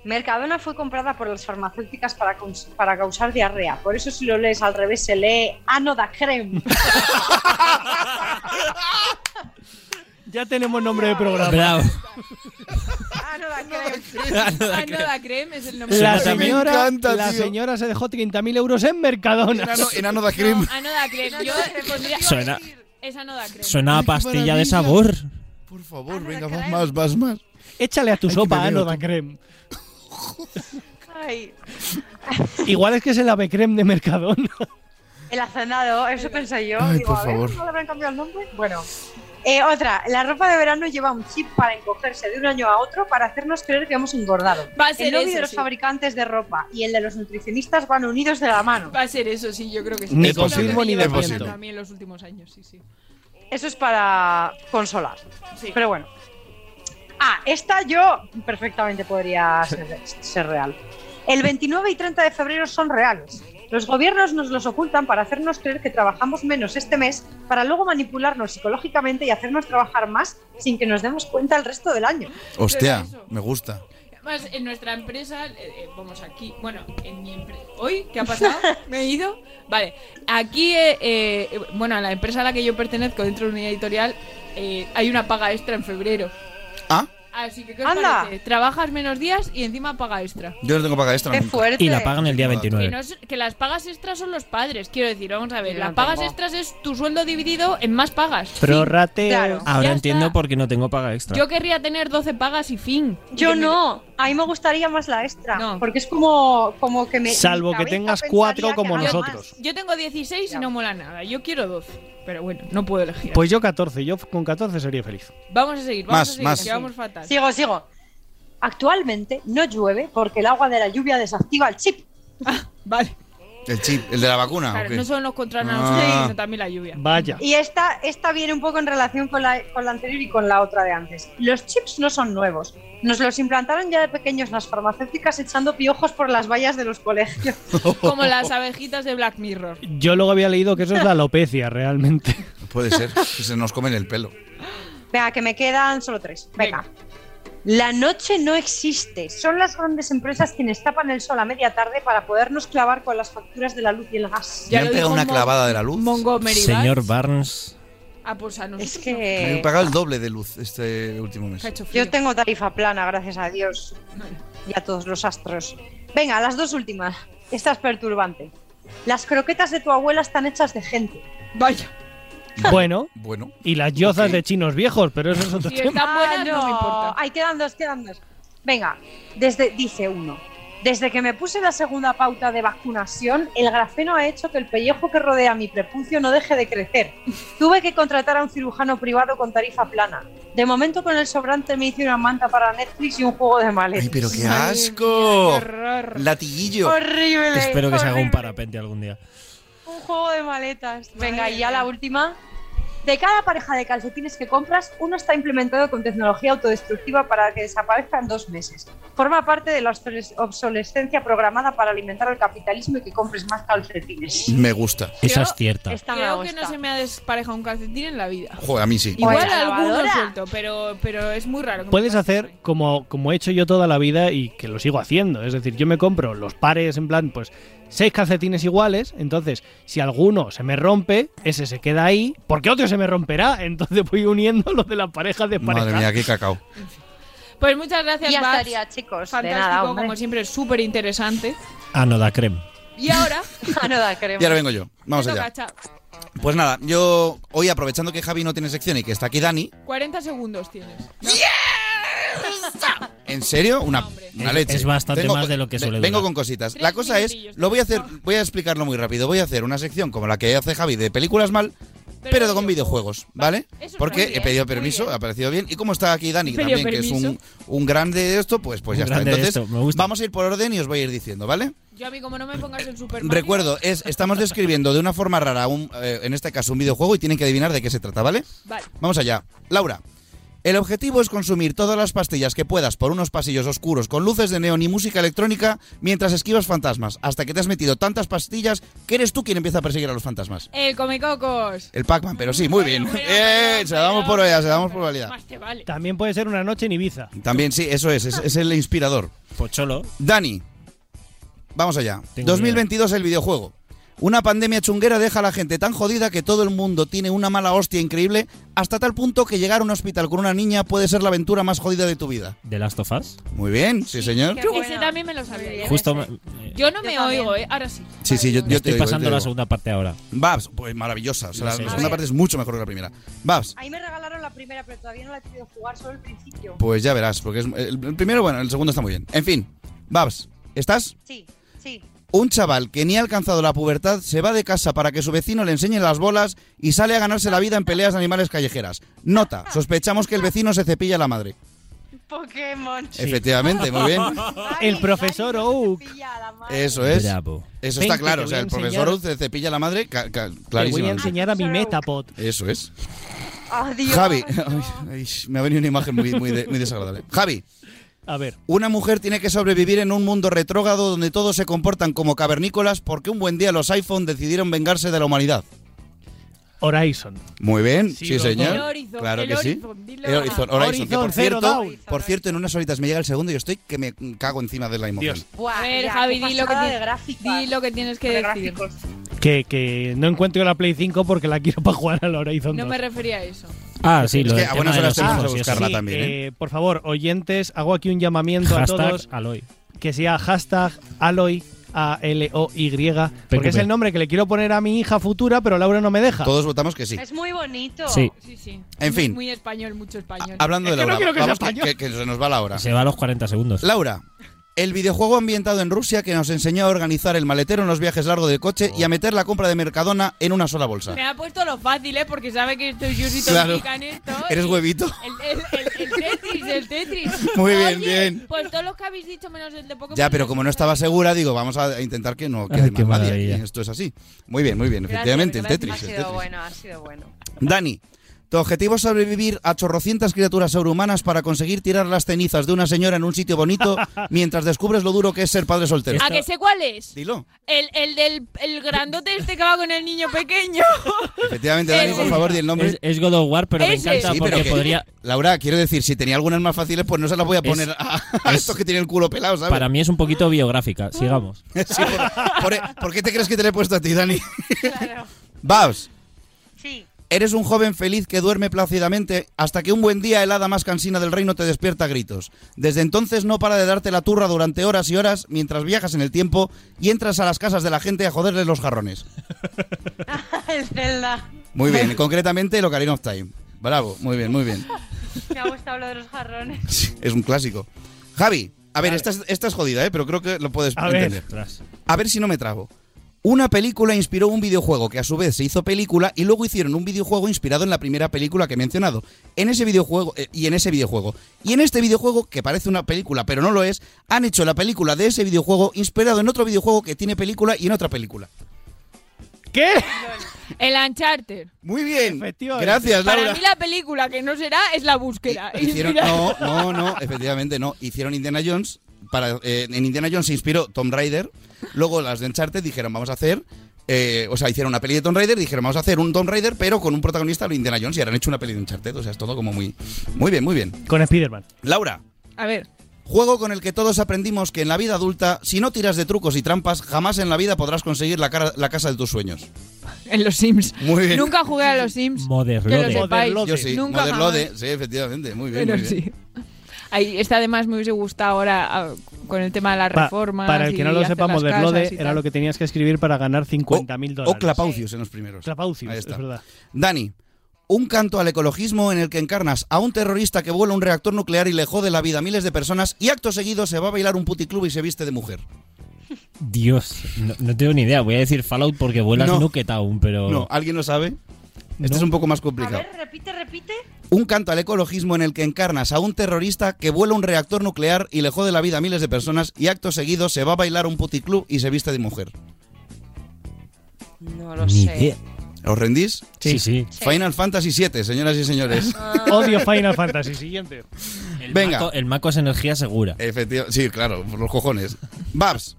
S12: Mercadona fue comprada por las farmacéuticas para, caus- para causar diarrea. Por eso si lo lees al revés se lee Anoda Creme.
S13: Ya tenemos nombre de programa.
S1: Bravo.
S12: Anoda Creme.
S17: Anoda Creme es el nombre
S13: La
S17: de la
S2: Me
S13: señora,
S2: encanta,
S13: la
S2: tío.
S13: señora se dejó 30.000 euros en Mercadona.
S2: Enano, enano da
S17: No,
S2: cream.
S17: Anoda Creme. Yo pondría.
S1: Suena,
S17: Es Anoda Creme.
S1: suena a
S2: Qué
S1: pastilla de
S2: maravilla.
S1: sabor.
S2: Por favor, venga, vas más, vas más.
S13: Échale a tu
S2: Ay, que
S13: sopa
S2: me veo,
S13: Anoda
S2: tú.
S13: Creme.
S12: Ay,
S13: Igual es que es el ave creme de Mercadona.
S12: El hacendado, eso pensé yo.
S2: Ay,
S12: Digo,
S2: por
S12: a ver,
S2: favor.
S12: ¿No le habrán cambiado el nombre? Bueno. Eh, otra, la ropa de verano lleva un chip para encogerse de un año a otro para hacernos creer que hemos engordado.
S17: Va a ser
S12: el lobby
S17: ese,
S12: de los
S17: sí.
S12: fabricantes de ropa y el de los nutricionistas van unidos de la mano.
S17: Va a ser eso, sí, yo creo que sí.
S13: Ni
S17: Es lo que
S2: confirmo
S17: me
S2: ni
S17: lleva
S2: desmiento.
S17: pasando A mí en los últimos años, sí, sí.
S12: Eso es para consolar.
S17: Sí.
S12: Pero bueno. Ah, esta yo perfectamente podría ser, ser real. El 29 y 30 de febrero son reales. Los gobiernos nos los ocultan para hacernos creer que trabajamos menos este mes, para luego manipularnos psicológicamente y hacernos trabajar más sin que nos demos cuenta el resto del año.
S2: Hostia,
S17: Pero eso.
S2: me gusta.
S17: Además, en nuestra empresa, eh, eh, vamos aquí, bueno, en mi empresa. ¿Hoy? ¿Qué ha pasado? ¿Me he ido? Vale, aquí, eh, eh, bueno, a la empresa a la que yo pertenezco, dentro de una editorial,
S12: eh, hay una paga extra en febrero.
S2: ¿Ah?
S12: Así que, ¿qué os
S6: Anda.
S12: parece? Trabajas menos días y encima paga extra.
S2: Yo no tengo paga extra.
S12: Qué
S2: nunca.
S12: fuerte. Este, Y la pagan
S1: el día
S12: Que,
S1: 29.
S12: no es- que las pagas extras son los padres, quiero decir, vamos a ver,
S6: Yo
S12: las
S6: no
S12: pagas
S6: tengo.
S12: extras es tu sueldo dividido en más pagas.
S1: Prorrateo.
S12: Claro.
S1: Ahora
S12: Ya
S1: entiendo por qué no tengo paga
S13: Ah.
S1: extra.
S12: Yo querría tener 12 pagas y fin.
S6: Yo no, a mí me gustaría más la extra, porque es como, como que me...
S13: Salvo
S6: mi
S13: que
S6: cabeza
S13: tengas
S6: pensaría
S13: cuatro
S6: que
S13: como
S6: gano
S13: nosotros.
S12: Yo tengo 16 y no mola nada. Yo quiero 12. Pero bueno, no puedo elegir.
S13: Pues yo 14, yo con 14 sería feliz.
S12: Vamos a seguir, vamos
S13: Más,
S12: a seguir,
S13: más.
S12: que vamos fatal.
S6: Sigo, sigo. Actualmente no llueve porque el agua de la lluvia desactiva el chip.
S12: Ah, vale.
S2: El chip, el de la
S13: Ah,
S2: vacuna.
S12: Claro,
S2: ¿o qué?
S12: no solo nos controlan a
S2: Ah.
S12: nosotros, sino también la lluvia.
S13: Vaya.
S6: Y esta, esta viene un poco en relación con la, con la anterior y con la otra de antes. Los chips no son nuevos. Nos los implantaron ya de pequeños las farmacéuticas echando piojos por las vallas de los colegios.
S12: Como las abejitas de Black Mirror.
S13: Yo luego había leído que eso es la alopecia, realmente.
S2: Puede ser, que se nos comen el pelo.
S6: Venga, que me quedan solo tres. Venga. La noche no existe. Son las grandes empresas quienes tapan el sol a media tarde para podernos clavar con las facturas de la luz y el gas.
S2: ¿Me han pegado una clavada de la luz?
S12: Montgomery
S1: Señor Barnes.
S12: Ah, pues a nosotros
S6: Es
S2: Me han
S6: que
S2: pagado el doble de luz este último mes.
S6: yo tengo tarifa plana, gracias a Dios y a todos los astros. Venga, las dos últimas. Esta es perturbante. Las croquetas de tu abuela están hechas de gente.
S12: Vaya.
S13: Bueno.
S2: Bueno.
S13: Y las yozas de chinos viejos, pero eso es otro tema.
S12: están buenas, no me
S6: importa. Ah, Ahí quedan dos, quedan dos. Venga, desde, dice uno. Desde que me puse la segunda pauta de vacunación, el grafeno ha hecho que el pellejo que rodea mi prepucio no deje de crecer. Tuve que contratar a un cirujano privado con tarifa plana. De momento con el sobrante me hice una manta para Netflix y un juego de maletas.
S2: Ay, pero qué
S6: Madre
S2: asco.
S6: mía, qué horror.
S2: Latiguillo.
S6: Horrible.
S1: Espero que se haga un
S6: horrible.
S1: parapente algún día.
S6: Un juego de maletas. Venga, y ya la última. De cada pareja de calcetines que compras, uno está implementado con tecnología autodestructiva para que desaparezca en dos meses. Forma parte de la obsoles- obsolescencia programada para alimentar el capitalismo y que compres más calcetines.
S2: Me gusta.
S1: Esa es cierta.
S6: Esta me
S12: Creo que
S6: gusta.
S12: no se me ha desparejado un calcetín en la vida.
S2: Joder, a mí sí.
S12: Igual
S6: Oye,
S12: alguno
S6: lavadora.
S12: suelto, pero, pero es muy raro. que me
S13: Puedes
S12: pase.
S13: hacer como, como he hecho yo toda la vida y que lo sigo haciendo. Es decir, yo me compro los pares en plan, pues, seis calcetines iguales. Entonces, si alguno se me rompe, ese se queda ahí, porque otro se me romperá. Entonces voy uniendo los de las parejas de pareja.
S2: Madre mía, qué cacao.
S12: Pues muchas gracias,
S6: Ya
S12: Babs.
S6: estaría, chicos. De
S12: Fantástico,
S6: nada, hombre.
S12: como siempre, súper interesante.
S1: Ah, no da creme.
S12: Y ahora,
S6: Ah, no da, creo.
S2: Y ahora vengo yo. Vamos
S12: te
S2: allá.
S12: toca, chao.
S2: Pues nada, yo hoy aprovechando que Javi no tiene sección y que está aquí Dani,
S12: 40 segundos tienes.
S2: ¿en serio? Una, una
S1: Es-
S2: leche.
S1: es bastante
S2: Vengo
S1: más
S2: con-
S1: de lo que
S2: ve-
S1: suele
S2: Vengo
S1: durar.
S2: con cositas.
S12: Tres
S2: La cosa es,
S12: minutillos,
S2: lo voy a hacer, voy a explicarlo muy rápido. Voy a hacer una sección como la que hace Javi de películas mal, pero, con videojuegos, ¿vale?
S12: Eso
S2: Porque
S12: está bien,
S2: he pedido
S12: muy
S2: permiso, ha parecido bien. Y como está aquí Dani
S12: Pedido
S2: también, que es un,
S12: permiso.
S2: un grande de esto, pues, pues
S1: Un
S2: ya está.
S1: grande de
S2: Entonces,
S1: esto, me gusta.
S2: vamos a ir por orden y os voy a ir diciendo, ¿vale?
S12: Yo a mí, como no me pongas el Super Mario,
S2: Recuerdo, es, estamos describiendo de una forma rara, un, eh, en este caso un videojuego, y tienen que adivinar de qué se trata, ¿vale?
S12: Vale.
S2: Vamos allá. Laura, el objetivo es consumir todas las pastillas que puedas por unos pasillos oscuros con luces de neón y música electrónica mientras esquivas fantasmas, hasta que te has metido tantas pastillas que eres tú quien empieza a perseguir a los fantasmas.
S12: El Comecocos.
S2: El Pac-Man, pero sí, muy bien. Eh, se la damos por allá, se la damos por validad.
S12: Más te vale.
S13: También puede ser una noche en Ibiza.
S2: También sí, eso es, es, es el inspirador.
S1: Pocholo.
S2: Dani, vamos allá.
S1: Tengo
S2: 2022 el videojuego. Una pandemia chunguera deja a la gente tan jodida que todo el mundo tiene una mala hostia increíble hasta tal punto que llegar a un hospital con una niña puede ser la aventura más jodida de tu vida.
S1: ¿De Last of Us?
S2: Muy bien, sí señor.
S12: Que ese también me lo sabía.
S1: Justo.
S12: Yo no me
S6: también.
S12: oigo, ¿eh? Ahora sí.
S2: Sí, sí, yo, yo te
S1: estoy
S2: digo, yo
S1: pasando
S2: te
S1: la
S2: digo.
S1: segunda parte ahora.
S2: Babs, pues maravillosa. O sea,
S1: Lo
S2: la
S1: sé, lo
S2: segunda
S6: sé.
S2: parte es mucho mejor que la primera. Babs,
S6: Ahí me regalaron la primera, pero todavía no la he podido jugar, solo el principio.
S2: pues ya verás, porque es el, el primero, bueno, el segundo está muy bien. En fin, Babs, ¿estás?
S6: Sí, sí.
S2: Un chaval que ni ha alcanzado la pubertad se va de casa para que su vecino le enseñe las bolas y sale a ganarse la vida en peleas de animales callejeras. Nota, sospechamos que el vecino se cepilla la madre.
S6: Pokémon.
S2: Efectivamente, muy bien.
S13: El profesor Oak.
S2: Eso es.
S1: Bravo.
S2: Eso está
S13: Vente,
S2: claro.
S13: te
S2: O sea, el
S13: voy a
S2: profesor
S13: enseñar-
S2: se cepilla la madre ca- ca-
S13: Te voy a
S2: clarísimamente.
S13: enseñar a mi Metapod.
S2: Eso es.
S6: Adiós.
S2: Javi, ay, me ha venido una imagen muy, muy de- muy desagradable. Javi,
S13: A ver,
S2: una mujer tiene que sobrevivir en un mundo retrógrado donde todos se comportan como cavernícolas porque un buen día los iPhone decidieron vengarse de la humanidad.
S13: Horizon.
S2: Muy bien,
S13: Sí,
S2: sí,
S13: loco.
S2: señor.
S13: El
S12: Horizon,
S2: claro
S12: el
S2: que
S12: Horizon,
S2: sí.
S12: dilo.
S2: El Horizon, Horizon, que
S13: Horizon
S2: por
S13: Zero
S2: cierto,
S13: Dawn.
S2: por cierto, en unas horitas me llega el segundo y estoy que me cago encima de la emoción.
S12: A ver, Javi, di lo, que
S6: pasada
S12: ti-
S6: de gráficas.
S12: di lo que tienes que
S6: De
S12: decir.
S6: gráficos.
S13: Que, que no encuentro la Play 5 porque la quiero para jugar al Horizon
S12: No
S13: 2.
S12: me refería a eso.
S1: Ah, sí, lo
S2: que
S1: del
S2: a
S1: tema
S2: buenas
S1: de
S2: horas
S1: los
S2: tenemos que
S1: hijos y eso.
S2: buscarla
S1: Sí,
S2: también, ¿eh?
S13: Eh, por favor, oyentes, hago aquí un llamamiento
S1: Hashtag
S13: a todos
S1: Aloy.
S13: que sea hashtag Aloy. A-L-O-Y, porque
S1: PQP.
S13: es el nombre que le quiero poner a mi hija futura, pero Laura no me deja.
S2: Todos votamos que sí.
S12: Es muy bonito.
S13: Sí.
S12: sí, sí.
S2: En fin.
S12: Muy español, mucho español.
S2: Ah, Hablando de Laura, vamos, que, que- que se nos va la hora.
S1: Se va a los 40 segundos.
S2: Laura, el videojuego ambientado en Rusia que nos enseñó a organizar el maletero en los viajes largos del coche y a meter la compra de Mercadona en una sola bolsa.
S12: Me ha puesto lo fácil, ¿eh? Porque sabe que estoy yo si te
S2: Claro.
S12: explican esto.
S2: ¿Eres huevito?
S12: El, el- el- el Tetris, el Tetris.
S2: Muy bien,
S12: Oye,
S2: bien.
S12: Pues todos los que habéis dicho menos el de Pokémon.
S2: Ya, pero como no estaba segura, digo, vamos a intentar que no quede
S1: Ay, qué
S2: mal nadie.
S1: maravilla.
S2: Y Esto es así. Muy bien, muy bien.
S6: Gracias,
S2: Efectivamente,
S6: gracias.
S2: el Tetris.
S6: Ha
S2: el
S6: sido
S2: Tetris.
S6: bueno, ha sido bueno.
S2: Dani, tu objetivo es sobrevivir a chorrocientas criaturas sobrehumanas para conseguir tirar las cenizas de una señora en un sitio bonito mientras descubres lo duro que es ser padre soltero.
S12: ¿A que sé cuál es?
S2: Dilo.
S12: El, el del el grandote este que va con el niño pequeño.
S2: Efectivamente, Dani, por favor, di el nombre.
S1: Es, es God of War, pero
S12: Ese.
S1: me encanta
S2: Sí, pero
S1: porque
S2: que-
S1: podría.
S2: Laura, quiero decir, si tenía algunas más fáciles, pues no se las voy a
S1: Es-
S2: poner a, a estos que tienen el culo pelado, ¿sabes?
S1: Para mí es un poquito biográfica. Sigamos.
S2: Sí, por, por- ¿por qué te crees que te le he puesto a ti, Dani? Babs.
S6: Sí.
S2: Eres un joven feliz que duerme plácidamente hasta que un buen día el hada más cansina del reino te despierta a gritos. Desde entonces no para de darte la turra durante horas y horas mientras viajas en el tiempo y entras a las casas de la gente a joderles los jarrones.
S6: el Zelda.
S2: Muy bien, concretamente el Ocarina of Time. Bravo, muy bien, muy bien.
S6: Me ha gustado lo de los jarrones.
S2: Es un clásico. Javi, a ver, esta es, esta es jodida, ¿eh? pero creo que lo puedes
S13: A ver.
S2: entender. A ver si no me trago. Una película inspiró un videojuego que a su vez se hizo película y luego hicieron un videojuego inspirado en la primera película que he mencionado. En ese videojuego eh, y en ese videojuego. Y en este videojuego, que parece una película pero no lo es, han hecho la película de ese videojuego inspirado en otro videojuego que tiene película y en otra película.
S13: ¿Qué?
S12: El Uncharted.
S2: Muy bien.
S12: Efectivamente.
S2: Gracias,
S12: Para
S2: Laura.
S12: mí la película que no será es la búsqueda.
S2: Hicieron-
S12: Mira.
S2: no, no, no, efectivamente no. Hicieron Indiana Jones. Para, eh, en Indiana Jones se inspiró Tomb Raider. Luego las de Uncharted dijeron, vamos a hacer. eh, o sea, hicieron una peli de Tomb Raider. Dijeron, vamos a hacer un Tomb Raider, pero con un protagonista de Indiana Jones. Y ahora han hecho una peli de Uncharted. O sea, es todo como muy. Muy bien, muy bien.
S13: Con Spider-Man.
S2: Laura,
S12: A ver.
S2: juego con el que todos aprendimos que en la vida adulta, si no tiras de trucos y trampas, jamás en la vida podrás conseguir la, cara- la casa de tus sueños.
S12: En los Sims.
S2: Muy bien.
S12: Nunca jugué a los Sims. Que lo sepáis.
S2: Yo sí,
S12: Nunca
S2: Motherlode,
S12: jamás.
S2: sí, efectivamente. Muy bien.
S12: Pero
S2: muy bien.
S12: sí. Ahí, esta además me hubiese gustado ahora ah, con el tema de las
S13: Pa-
S12: reformas.
S13: para el que no lo sepa, Moderlode
S12: Moderlode
S13: era lo que tenías que escribir para ganar 50.000 dólares.
S2: O Clapaucius en los primeros.
S13: Clapaucius,
S2: Oh, Ahí está.
S13: es verdad.
S2: Dani, un canto al ecologismo en el que encarnas a un terrorista que vuela un reactor nuclear y le jode la vida a miles de personas y acto seguido se va a bailar un puticlub y se viste de mujer.
S1: Dios, no, no tengo ni idea. Voy a decir Fallout porque vuelas
S2: No.
S1: Nuke Town, pero.
S2: No, ¿alguien lo sabe? Este
S1: No.
S2: es un poco más complicado.
S6: Repite, repite.
S2: Un canto al ecologismo en el que encarnas a un terrorista que vuela un reactor nuclear y le jode la vida a miles de personas y acto seguido se va a bailar un puticlub y se viste de mujer.
S6: No lo
S1: Ni
S6: sé.
S1: idea.
S2: ¿Os rendís?
S1: Sí, sí.
S2: Final Fantasy VII, señoras y señores.
S13: Odio Final Fantasy. Siguiente.
S1: El
S2: Venga.
S1: Maco, el Maco es energía segura.
S2: Efectivamente, sí, claro, por los cojones. Babs,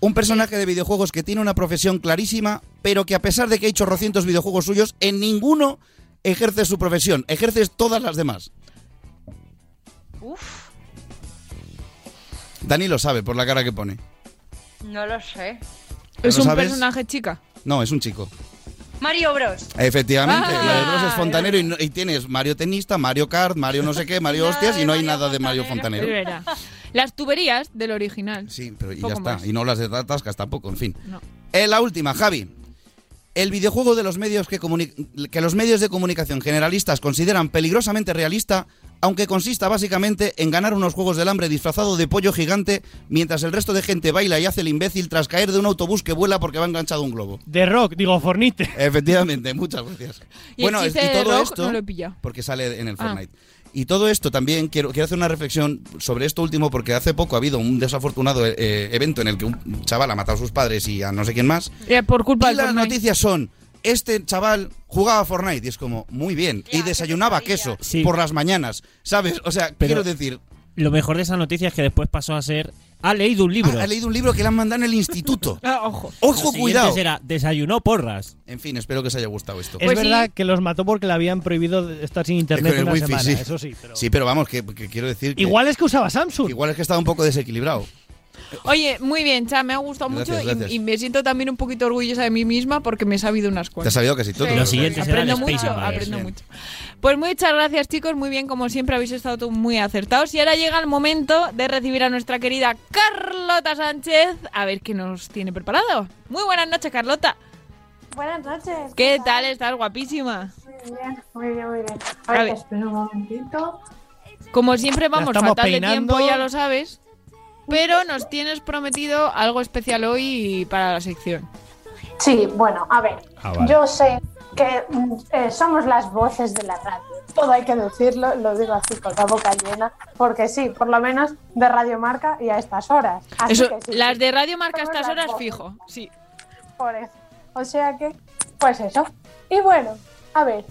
S2: un personaje de videojuegos que tiene una profesión clarísima, pero que a pesar de que ha hecho chorrocientos videojuegos suyos, en ninguno ejerce su profesión, ejerces todas las demás.
S13: Mm.
S6: Uf,
S2: Dani lo sabe por la cara que pone.
S6: no lo sé.
S12: Es
S2: ¿Lo
S12: un
S2: sabes?
S12: personaje chica.
S2: No, es un chico.
S6: Mario Bros.
S2: Efectivamente,
S12: Ah.
S2: la de Bros es fontanero y, no- y tienes Mario tenista, Mario kart, Mario no sé qué, Mario hostias y no hay nada de Mario fontanero.
S12: Es verdad. Las tuberías del original.
S2: Sí, pero y ya
S12: Poco
S2: está.
S12: más.
S2: Y no las de Tatascas tampoco, en fin.
S12: No.
S2: Eh, la última, Javi. El videojuego de los medios que, comuni- que los medios de comunicación generalistas consideran peligrosamente realista, aunque consista básicamente en ganar unos juegos del hambre disfrazado de pollo gigante mientras el resto de gente baila y hace el imbécil tras caer de un autobús que vuela porque va enganchado a un globo.
S13: The Rock, digo, Fornite.
S2: Efectivamente, muchas gracias.
S12: Y el chiste de Rock no lo he pillado.
S2: porque sale en el
S12: Ah.
S2: Fortnite. Y todo esto también, quiero, quiero hacer una reflexión sobre esto último, porque hace poco ha habido un desafortunado eh, evento en el que un chaval ha matado a sus padres y a no sé quién más.
S12: Eh, por culpa
S2: y
S12: del
S2: las
S12: Fortnite.
S2: noticias son, este chaval jugaba a Fortnite, y es como, muy bien, y desayunaba queso
S1: Sí.
S2: por las mañanas, ¿sabes? O sea,
S1: Pero-
S2: quiero decir,
S1: Lo mejor de esa noticia es que después pasó a ser. Ha leído un libro.
S2: Ah, ha, ha leído un libro que le han mandado en el instituto.
S12: Ah, ojo.
S1: Lo
S2: ¡Ojo,
S1: siguiente
S2: cuidado!
S1: será, desayunó porras.
S2: En fin, espero que os haya gustado esto.
S13: Es
S12: Pues sí.
S13: verdad que los mató porque le habían prohibido estar sin
S2: Es
S13: internet
S2: con el
S13: una
S2: wifi,
S13: semana.
S2: sí.
S13: Eso sí, pero...
S2: Sí, pero vamos, que, que quiero decir que...
S13: Igual es que usaba Samsung.
S2: Igual es que estaba un poco desequilibrado.
S12: Oye, muy bien, Cha, me ha gustado
S2: Gracias,
S12: mucho y-
S2: gracias.
S12: Y, me siento también un poquito orgullosa de mí misma porque me he sabido unas
S2: Te has
S12: cuantas.
S2: sabido que sí, tú.
S12: Pues Sí. Lo siguiente será el Aprendo Space mucho, Invaders. aprendo Bien. mucho. Pues muchas gracias, chicos, muy bien, como siempre habéis estado tú muy acertados. Y ahora llega el momento de recibir a nuestra querida Carlota Sánchez, a ver qué nos tiene preparado. Muy buenas noches, Carlota.
S15: Buenas noches.
S12: ¿Qué tal? Estás guapísima.
S15: Muy bien, muy bien, muy bien. A
S12: A
S15: ver,
S12: ver.
S15: te espero un momentito.
S12: Como siempre vamos
S13: estamos
S12: fatal
S13: peinando.
S12: de tiempo, ya lo sabes. Pero nos tienes prometido algo especial hoy para la sección.
S15: Sí, bueno, a ver.
S12: Ah, vale.
S15: Yo sé que mm, eh, somos las voces de la radio. Todo hay que decirlo, lo digo así con la boca llena, porque sí, por lo menos de Radio Marca y a estas horas. Así
S12: Eso,
S15: que sí,
S12: las de Radio Marca a
S15: Somos
S12: estas
S15: las
S12: horas
S15: voces.
S12: fijo, sí.
S15: Por eso. O sea que, pues eso. Y bueno, a ver,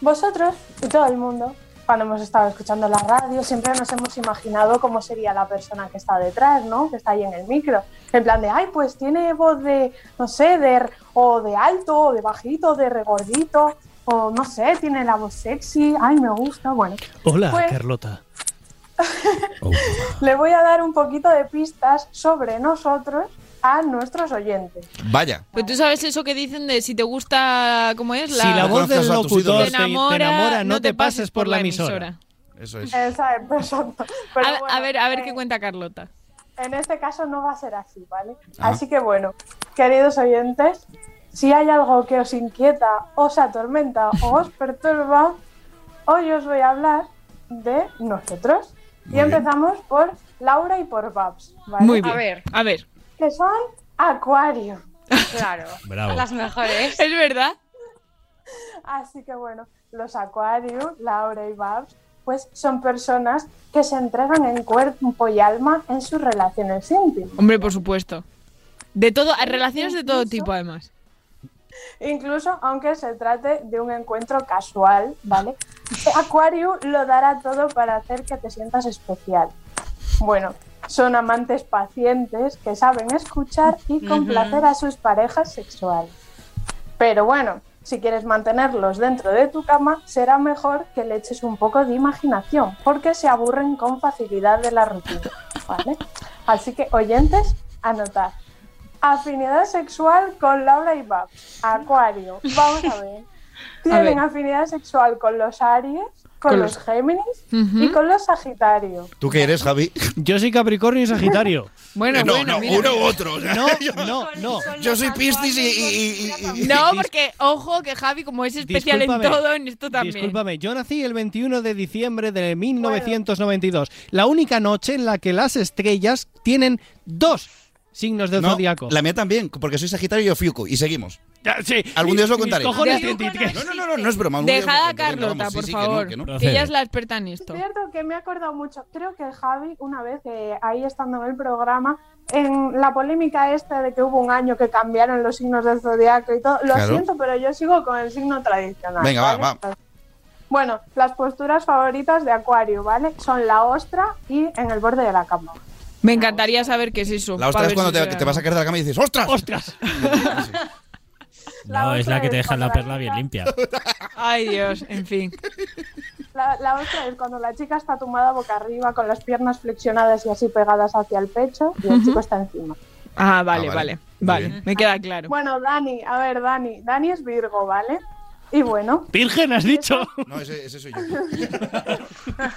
S15: vosotros y todo el mundo, cuando hemos estado escuchando la radio, siempre nos hemos imaginado cómo sería la persona que está detrás, ¿no? Que está ahí en el micro. En plan de, ay, pues tiene voz de, no sé, de, r- o de alto, o de bajito, de regordito, o no sé, tiene la voz sexy, ay, me gusta, bueno.
S13: Hola,
S15: Pues-
S13: Carlota.
S15: Le voy a dar un poquito de pistas sobre nosotros a nuestros oyentes.
S2: Vaya.
S12: Pues tú sabes eso que dicen de si te gusta, ¿cómo es?
S13: Si la voz del locutor te te enamora, no, te pases por la
S12: emisora.
S13: emisora.
S2: Eso
S15: Exacto, exacto. Pero
S12: A,
S15: bueno,
S12: a ver, a ver
S15: eh,
S12: qué cuenta Carlota.
S15: En este caso no va a ser así, ¿vale?
S12: Ah.
S15: Así que bueno, queridos oyentes, si hay algo que os inquieta, os atormenta o os perturba, hoy os voy a hablar de nosotros. y
S12: Muy bien.
S15: empezamos por Laura y por Babs, ¿vale?
S12: Muy bien. a ver.
S15: Que son Acuario. Claro.
S12: Bravo.
S15: Las mejores.
S12: Es verdad.
S15: Así que bueno, los Acuario, Laura y Babs, pues son personas que se entregan en cuerpo y alma en sus relaciones íntimas.
S12: Hombre, por supuesto. De todo, relaciones de todo tipo, además.
S15: Incluso aunque se trate de un encuentro casual, ¿vale? Acuario lo dará todo para hacer que te sientas especial. Bueno, son amantes pacientes que saben escuchar y complacer a sus parejas sexuales. Pero bueno, si quieres mantenerlos dentro de tu cama, será mejor que le eches un poco de imaginación, porque se aburren con facilidad de la rutina, ¿vale? Así que, oyentes, anotad. Afinidad sexual con Laura y Babs. Acuario. Vamos a ver. Tienen
S12: ver.
S15: afinidad sexual con los Aries, con,
S13: Con
S15: los,
S13: los-
S15: Géminis y con los Sagitario.
S2: ¿Tú qué eres, Javi?
S13: Yo soy Capricornio y Sagitario.
S12: Bueno,
S2: no, no, uno u otro. o sea,
S13: No,
S2: yo-
S13: no, no.
S2: Yo soy Piscis y, y- y- y- y-
S12: No, porque, ojo, que Javi, como es especial en
S13: Discúlpame,
S12: todo, en esto también.
S13: Discúlpame, yo nací el 21 de diciembre de 1992, la única noche en la que las estrellas tienen dos signos del
S2: No,
S13: zodiaco.
S2: La mía también, porque soy Sagitario y yo Fiuco. Y seguimos. Algún
S13: Mis-
S2: día os lo
S13: mis
S2: contaré.
S13: cojones
S2: no,
S13: tienen
S2: no, no, no, no es broma. algún día os lo
S12: Dejad a
S2: contaré, pero vamos,
S12: Carlota,
S2: sí,
S12: por
S2: sí, que no,
S12: favor.
S2: que
S12: Que,
S2: no.
S12: ella es la experta en esto.
S15: Es cierto que me he acordado mucho. Creo que Javi, una vez eh, ahí estando en el programa, en la polémica esta de que hubo un año que cambiaron los signos del zodiaco y todo, lo
S2: Claro.
S15: siento, pero yo sigo con el signo tradicional.
S2: Venga, va,
S15: ¿vale?
S2: va.
S15: Entonces, Bueno, las posturas favoritas de Acuario, ¿vale? Son la ostra y en el borde de la cama.
S12: Me encantaría saber qué es eso.
S2: La
S12: pa'
S2: ostra es
S12: ver
S2: cuando
S12: si
S2: te,
S12: será
S2: te vas a caer de la cama y dices ¡Ostras!
S13: ¡Ostras!
S1: No, es la que te deja la perla bien limpia.
S12: algo. Ay, Dios, en fin.
S15: La, la otra es cuando la chica está tumbada boca arriba con las piernas flexionadas y así pegadas hacia el pecho y el
S12: Ujú.
S15: chico está encima.
S12: Ah, vale,
S15: Ah, vale.
S12: vale. Vale, me queda claro.
S15: Bueno, Dani, a ver, Dani. Dani es Virgo, ¿vale? Y bueno,
S13: Virgen, has dicho.
S2: No, ese, ese soy yo.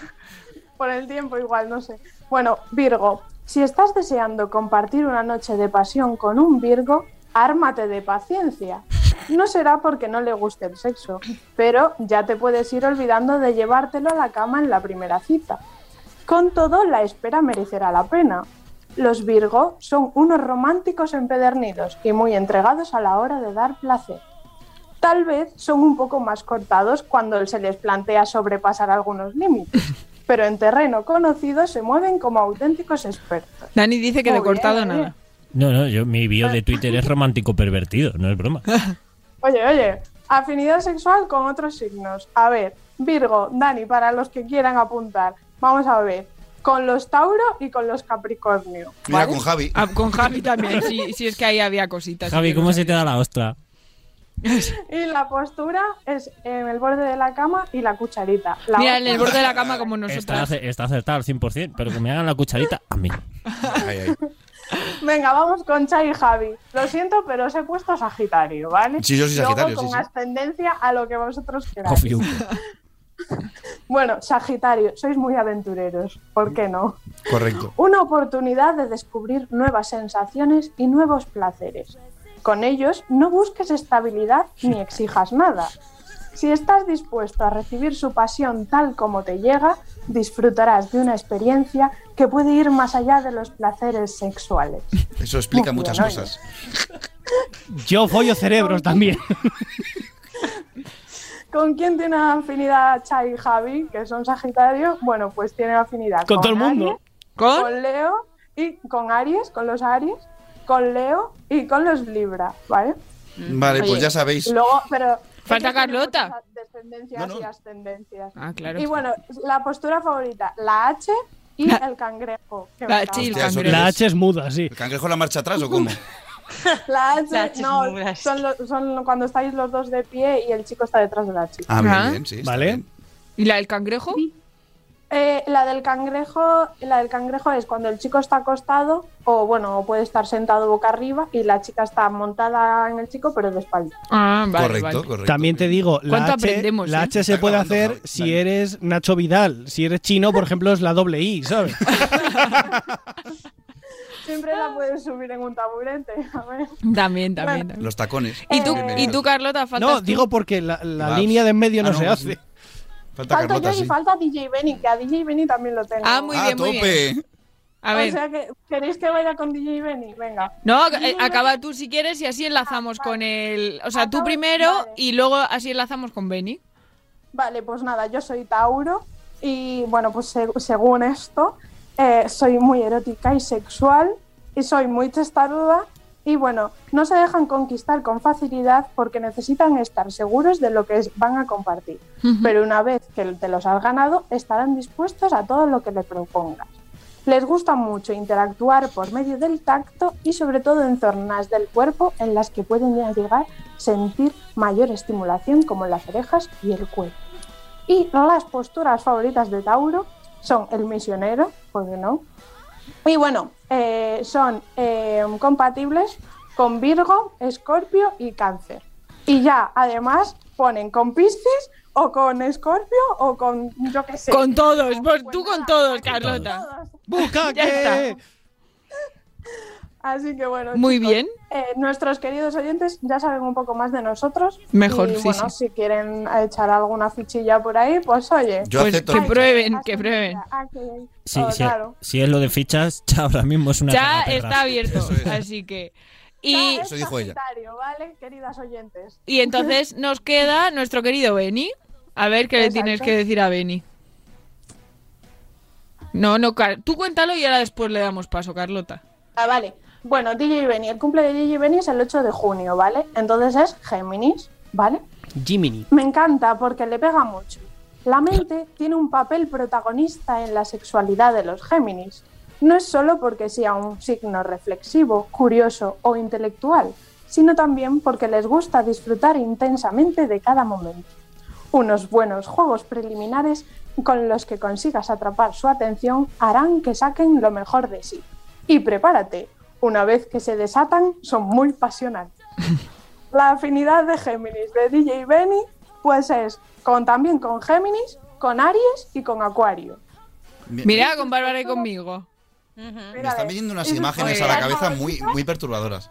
S15: por el tiempo igual, no sé. Bueno, Virgo, si estás deseando compartir una noche de pasión con un Virgo, ármate de paciencia. No será porque no le guste el sexo, pero ya te puedes ir olvidando de llevártelo a la cama en la primera cita. Con todo, la espera merecerá la pena. Los Virgo son unos románticos empedernidos y muy entregados a la hora de dar placer. Tal vez son un poco más cortados cuando se les plantea sobrepasar algunos límites, pero en terreno conocido se mueven como auténticos expertos.
S12: Dani dice que
S15: Muy
S12: de cortado
S15: bien, muy
S12: nada.
S1: No, no, yo, mi bio de Twitter es romántico pervertido, no es broma.
S15: Oye, oye, afinidad sexual con otros signos. A ver, Virgo, Dani, para los que quieran apuntar, vamos a ver, con los Tauro y con los Capricornio.
S2: Mira, con Javi.
S12: Ah, con Javi también, si, si es que ahí había cositas.
S1: Javi, ¿cómo se te da la ostra?
S15: Y la postura es en el borde de la cama y la cucharita. La
S12: Mira, en
S15: otra-
S12: el borde de la cama como
S1: Está,
S12: nosotros.
S1: ace- está acertado al 100%, pero que me hagan la cucharita a mí.
S12: Venga, vamos con Chai y Javi. Lo siento, pero os he puesto Sagitario, ¿vale?
S2: Sí, yo soy Sagitario,
S12: Luego
S2: sí,
S12: con
S2: sí.
S12: ascendencia a lo que vosotros queráis.
S2: Obvio.
S12: Bueno, Sagitario, sois muy aventureros, ¿por qué no?
S2: Correcto.
S12: Una oportunidad de descubrir nuevas sensaciones y nuevos placeres. Con ellos no busques estabilidad ni exijas nada. Si estás dispuesto a recibir su pasión tal como te llega, disfrutarás de una experiencia que puede ir más allá de los placeres sexuales.
S2: Eso explica
S12: Muy
S2: muchas
S12: bien,
S2: cosas.
S13: Yo follo cerebros también.
S12: ¿Con quién tiene afinidad Chai y Javi, que son Sagitario? Bueno, pues tienen afinidad
S13: Con todo el mundo.
S12: Aries,
S13: ¿Con?
S12: ¿Con? Leo y con Aries, con los Aries, con Leo y con los Libra, ¿vale? Mm.
S2: Vale, pues ya sabéis.
S12: Luego, pero
S18: Falta
S12: Carlota. Descendencias y ascendencias.
S18: Ah, claro.
S12: Y bueno, la postura favorita, la H y el cangrejo. que me encanta.
S2: Hostia, ¿eso qué
S13: La
S2: es?
S13: H es muda, sí.
S2: ¿El cangrejo la marcha atrás o cómo?
S12: La H,
S2: La H es
S12: no,
S2: muy graciosa.
S12: son, lo- son cuando estáis los dos de pie y el chico está detrás de la chica.
S2: Ah, muy bien, sí. está
S13: ¿Vale?
S2: bien.
S18: ¿Y la del cangrejo?
S12: Eh, la del cangrejo, la del cangrejo es cuando el chico está acostado o bueno, o puede estar sentado boca arriba y la chica está montada en el chico pero de espalda.
S18: Ah, vale, vale.
S13: También te digo,
S18: ¿Cuánto
S13: la H,
S18: aprendemos,
S13: la
S18: eh?
S13: H se puede hacer si eres Nacho Vidal. Si eres chino, por ejemplo, es la doble I, ¿sabes?
S12: Siempre la puedes subir en un taburete. A ver.
S18: También, también. también.
S2: Los tacones.
S18: ¿Y tú,
S2: Bienvenido.
S18: ¿Y tú, Carlota, faltas
S13: No,
S18: tú?
S13: digo porque la, la
S2: Vas.
S13: línea de en medio no,
S2: Ah, no,
S13: se
S2: no,
S13: hace.
S2: Falta
S12: Falta
S2: Carlota,
S12: yo y
S2: sí.
S12: falta DJ Benny, que a DJ Benny también lo tengo.
S18: Ah, muy bien, muy bien. A ver.
S12: O sea que queréis que vaya con DJ Benny, venga.
S18: No, eh, acaba tú si quieres y así enlazamos
S12: Ah,
S18: con el... O sea, tú primero y luego así enlazamos con Benny.
S12: Vale, pues nada, yo soy Tauro y bueno, pues seg- según esto, eh, soy muy erótica y sexual y soy muy testaruda y bueno, no se dejan conquistar con facilidad porque necesitan estar seguros de lo que es- van a compartir. Pero una vez que te los has ganado, estarán dispuestos a todo lo que le propongas. Les gusta mucho interactuar por medio del tacto y sobre todo en zonas del cuerpo en las que pueden llegar a sentir mayor estimulación como las orejas y el cuello. Y las posturas favoritas de Tauro son el misionero, ¿por qué no? Y bueno, eh, son eh, compatibles con Virgo, Escorpio y Cáncer. Y ya, además, ponen con Piscis o con Escorpio o con, yo qué sé.
S18: Con todos, vos- tú con todos, Carlota.
S13: ¡Busca
S18: Ya está.
S12: Así que bueno.
S18: Muy bien.
S12: eh, nuestros queridos oyentes ya saben un poco más de nosotros.
S18: Mejor,
S12: y,
S18: sí,
S12: Bueno,
S18: sí.
S12: si quieren echar alguna fichilla por ahí, pues oye.
S2: Yo
S18: Pues
S2: acepto.
S18: que
S2: Ay,
S18: prueben, que prueben.
S1: Sí,
S12: Oh,
S1: sí,
S12: claro.
S1: si es lo de fichas, ya ahora mismo es una
S18: Ya
S1: cagaperra.
S18: está abierto,
S1: Eso es.
S18: así que... Y,
S1: Eso dijo ella.
S12: Sagitario, ¿vale? Queridas oyentes.
S18: y entonces nos queda nuestro querido Benny. A ver qué le
S12: Exacto.
S18: tienes que decir a Benny. No, no, Car- tú cuéntalo y ahora después le damos paso, Carlota.
S12: Ah, vale. Bueno, DJ Benny, el cumple de DJ Benny es el 8 de junio, ¿vale? Entonces es Géminis, ¿vale?
S13: Jiminy.
S12: Me encanta porque le pega mucho. La mente tiene un papel protagonista en la sexualidad de los Géminis. No es solo porque sea un signo reflexivo, curioso o intelectual, sino también porque les gusta disfrutar intensamente de cada momento. Unos buenos juegos preliminares con los que consigas atrapar su atención harán que saquen lo mejor de sí. Y prepárate, una vez que se desatan, son muy pasionales. La afinidad de Géminis de DJ Benny, pues es con, también con Géminis, con Aries y con Acuario.
S18: Mira, con Bárbara y conmigo.
S2: Me están viniendo unas imágenes
S18: Oye,
S2: a la
S18: las
S2: cabeza muy, muy perturbadoras.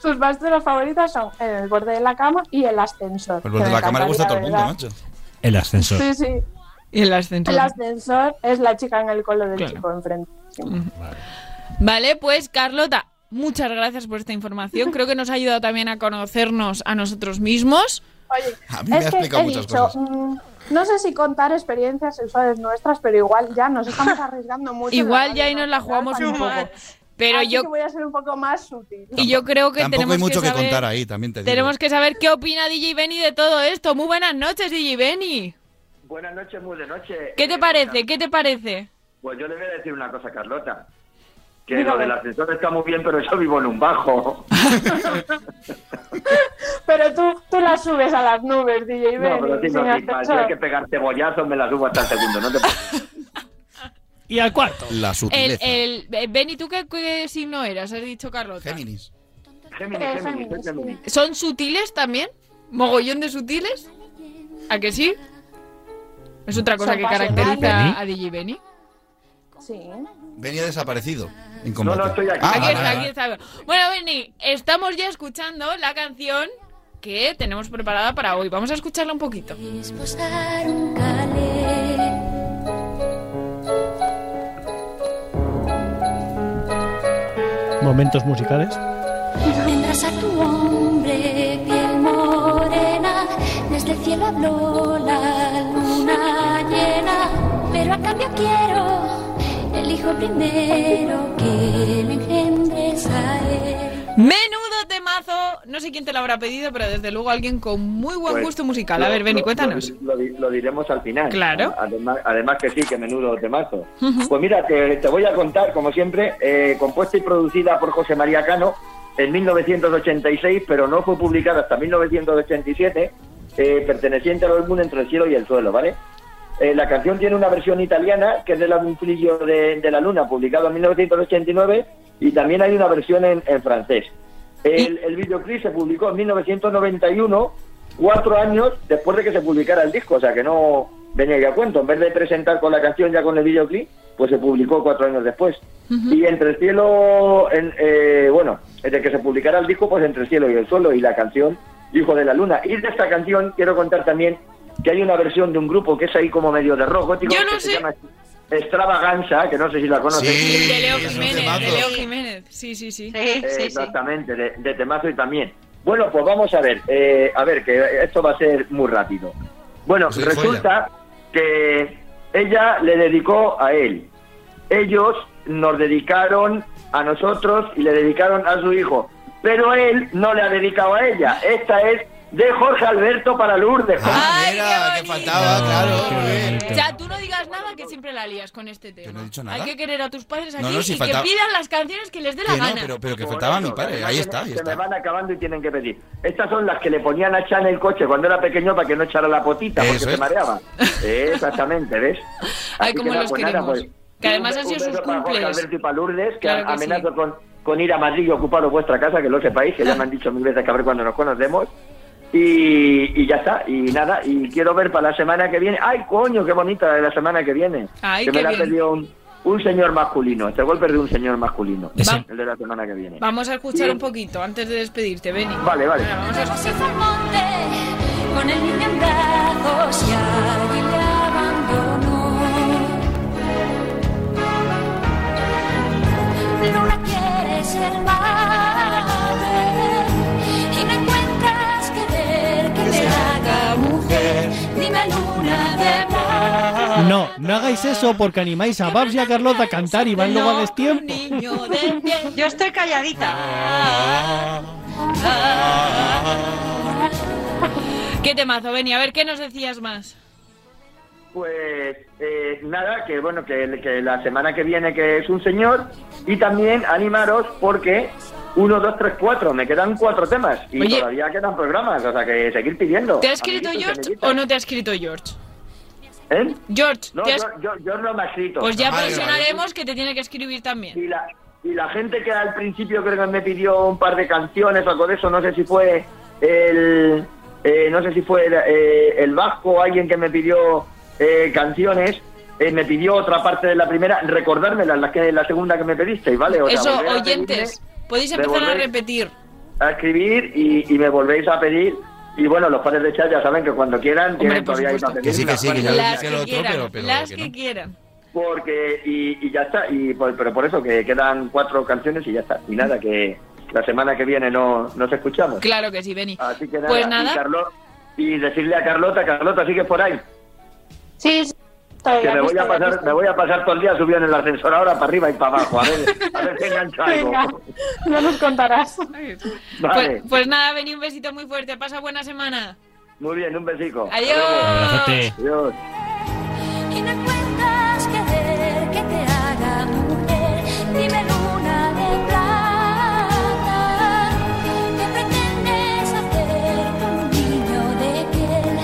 S12: Sus posturas favoritas son el borde de la cama y el ascensor.
S2: El borde
S12: que
S2: de
S12: me
S2: la cama le gusta a todo el mundo, ¿eh?
S12: encantaría,
S2: macho.
S1: El ascensor.
S12: ¿verdad? Sí, sí.
S18: Y el ascensor.
S12: El ascensor es la chica en el color del
S18: Claro.
S12: chico enfrente.
S18: Vale, pues Carlota, muchas gracias por esta información. Creo que nos ha ayudado también a conocernos a nosotros mismos.
S12: Oye,
S18: A mí me
S12: es
S18: ha
S12: que
S18: explicado
S12: he
S18: muchas
S12: dicho,
S18: cosas.
S12: mm, no sé si contar experiencias sexuales nuestras, pero igual ya nos estamos arriesgando mucho.
S18: Igual
S12: la
S18: ya ahí nos la jugamos
S12: Too
S18: un poco.
S12: much.
S18: Pero
S12: Así
S18: yo
S12: que voy a ser un poco más sutil.
S18: y yo creo que
S2: Tampoco
S18: tenemos
S2: hay mucho que,
S18: saber,
S2: contar ahí, también te digo.
S18: Tenemos que saber qué opina DJ Benny de todo esto. Muy buenas noches, DJ Benny.
S16: Buenas noches, muy de noche.
S18: ¿Qué te parece? ¿Qué te parece?
S16: Pues yo le voy a decir una cosa, Carlota. Que
S18: Dígame.
S16: lo del ascensor está muy bien, pero yo vivo en un bajo.
S12: Pero tú, tú la subes a las nubes, DJ
S16: No,
S12: Benny.
S16: pero sí,
S12: sin
S16: no, sí,
S12: ascensor.
S16: si hay que pegar cebollazos, me la subo hasta el segundo. No te
S13: Y al cuarto.
S2: La
S12: El,
S2: sutileza.
S12: el, eh, Benny, ¿tú qué, qué signo eras? Has dicho Carlota.
S2: Géminis.
S19: Géminis, Géminis, Géminis.
S12: ¿Son sutiles también? ¿Mogollón de sutiles? ¿A que sí? Es otra cosa
S19: Son
S12: que
S19: pasionales.
S12: caracteriza
S2: ¿Benny?
S12: a DJ Benny.
S19: Sí.
S2: Venía desaparecido. En combate.
S16: No, no, estoy aquí.
S2: Ah,
S12: Aquí
S2: vale,
S12: está,
S2: vale.
S12: aquí está. Bueno, Benny, estamos ya escuchando la canción que tenemos preparada para hoy. Vamos a escucharla un poquito.
S13: Momentos musicales.
S15: Tendrás a tu hombre piel morena, desde el cielo habló la luna llena, pero a cambio quiero el hijo primero que le engendres a él.
S12: Menudo temazo. No sé quién te lo habrá pedido, pero desde luego alguien con muy buen
S16: Pues,
S12: gusto musical. A
S16: lo-
S12: ver, Benny,
S16: lo-
S12: cuéntanos.
S16: Lo, di- lo diremos al final.
S12: Claro.
S16: Además, además que sí, que menudo temazo.
S12: Ujú.
S16: Pues mira, te, te voy a contar, como siempre, eh, compuesta y producida por José María Cano en 1986, pero no fue publicada hasta 1987, eh, perteneciente al álbum Entre el cielo y el suelo, ¿vale? Eh, la canción tiene una versión italiana, que es del álbum Trillo de, de la Luna, publicado en 1989, y también hay una versión en, en francés. El, el videoclip se publicó en 1991, cuatro años después de que se publicara el disco, o sea que no venía ya a cuento. En vez de presentar con la canción ya con el videoclip, pues se publicó cuatro años después. Y entre el cielo, en- eh, bueno, desde que se publicara el disco, pues entre el cielo y el suelo, y la canción Hijo de la Luna. Y de esta canción quiero contar también que hay una versión de un grupo que es ahí como medio de rock gótico,
S12: Yo no
S16: que
S12: sé.
S16: se llama Extravaganza, que no sé si la conoces.
S12: Eh, de Leo Jiménez, de Leo Jiménez. Sí, sí, sí.
S16: Eh, Exactamente, de, de temazo y también. Bueno, pues vamos a ver, eh, a ver, que esto va a ser muy rápido. Bueno,
S2: Sí,
S16: resulta que ella le dedicó a él. Ellos nos dedicaron a nosotros y le dedicaron a su hijo. Pero él no le ha dedicado a ella. Esta es de Jorge Alberto para Lourdes.
S12: Ah,
S2: Mira, que faltaba, claro. bien.
S12: Eh, O sea, tú no digas nada que siempre la lías con este tema.
S2: no he dicho nada.
S12: Hay que querer a tus padres aquí
S2: No, no, si
S12: y
S2: falta-
S12: que pidan las canciones que les dé la
S2: Que no,
S12: gana.
S2: pero, pero que faltaba mi padre. Ahí está, ahí
S16: Se me
S2: está.
S16: van acabando y tienen que pedir. Estas son las que le ponían a Chan en el coche cuando era pequeño para que no echara la potita porque
S2: Eso
S16: se
S2: es.
S16: mareaba. Eh, Exactamente, ¿ves?
S12: Ay,
S16: Así
S12: cómo
S16: que nada,
S12: los
S16: pues nada,
S12: queremos.
S16: pues,
S12: Que además
S16: un-
S12: han sido
S16: un beso
S12: sus
S16: para Jorge
S12: cumples.
S16: Alberto y para Lourdes, que
S12: Claro que
S16: amenazo con, con ir a Madrid y ocuparos vuestra casa, que lo sepáis, que ya me han dicho mil veces que a ver cuando nos conocemos. Y, y ya está, y nada, y quiero ver para la semana que viene. ¡Ay, coño, qué bonita la de la semana que viene!
S12: Ay,
S16: que me
S12: qué
S16: la ha
S12: bien.
S16: pedido un, un señor masculino, este golpe de un señor masculino,
S12: Ese.
S16: el de la semana que viene.
S12: Vamos a escuchar un poquito antes de despedirte, Benny.
S16: Vale, vale.
S12: Venga, vamos a
S15: Luego se fue al monte con el niño en brazos y allí le abandonó. Luna quiere ser madre y no encuentras querer que te haga mujer. Dime luna de blanco.
S13: No, no hagáis eso porque animáis a Babs y a Carlota a cantar y van luego a destiempo.
S20: Yo estoy calladita.
S12: Qué temazo, Benny. A ver, ¿qué nos decías más?
S16: Pues eh, nada, que bueno, que, que la semana que viene que es un señor y también animaros porque uno, dos, tres, cuatro, me quedan cuatro temas y
S12: Oye.
S16: todavía quedan programas, o sea que seguir pidiendo.
S12: ¿Te ha escrito
S16: Amiguitos,
S12: George
S16: amiguitas.
S12: o no te ha escrito George?
S16: ¿Eh?
S12: George,
S16: No,
S12: ¿te has-
S16: yo, yo, yo no me ha escrito.
S12: pues ya
S16: Vale,
S12: presionaremos que te tiene que escribir también.
S16: Y la, y la gente que al principio creo que me pidió un par de canciones o algo de eso, no sé si fue el eh, no sé si fue el, eh, el Vasco o alguien que me pidió eh, canciones, eh, me pidió otra parte de la primera, recordármela, la, que, la segunda que me pedisteis, ¿vale? O sea,
S12: Eso,
S16: volver a
S12: oyentes, podéis
S16: de
S12: empezar a
S16: volver-
S12: repetir.
S16: pedirme, a escribir y, y me volvéis a pedir. Y bueno, los padres de chat ya saben que cuando quieran tienen
S12: por
S16: todavía ahí para
S2: Que sí,
S16: pedirme.
S2: que sí, que ya lo
S12: Las
S2: decía el
S12: que
S2: otro,
S12: quieran,
S2: pero, pero
S12: las
S2: que
S12: que
S2: no.
S12: quieran.
S16: Porque, y, y ya está, y por- pero por eso que quedan cuatro canciones y ya está. Y nada, que la semana que viene no nos escuchamos.
S12: Claro que sí, Benny.
S16: Así que nada,
S12: Pues
S16: Y,
S12: nada,
S16: Carlo- y decirle a Carlota, Carlota, sigues por ahí.
S19: Sí, sí. estoy
S16: Que me
S19: aquí,
S16: voy, a
S19: estoy
S16: pasar,
S19: aquí.
S16: me voy a pasar todo el día subido en el ascensor ahora para arriba y para abajo. A ver, a ver si engancho algo.
S19: Venga, no nos contarás.
S16: Vale,
S12: pues, pues nada, Benny, un besito muy fuerte. Pasa buena semana.
S16: muy bien, un besico.
S12: Adiós.
S1: Abrazote.
S16: Adiós.
S15: y no encuentras querer que te haga mujer. Dime luna de plata, ¿qué pretendes hacer con un niño de piel?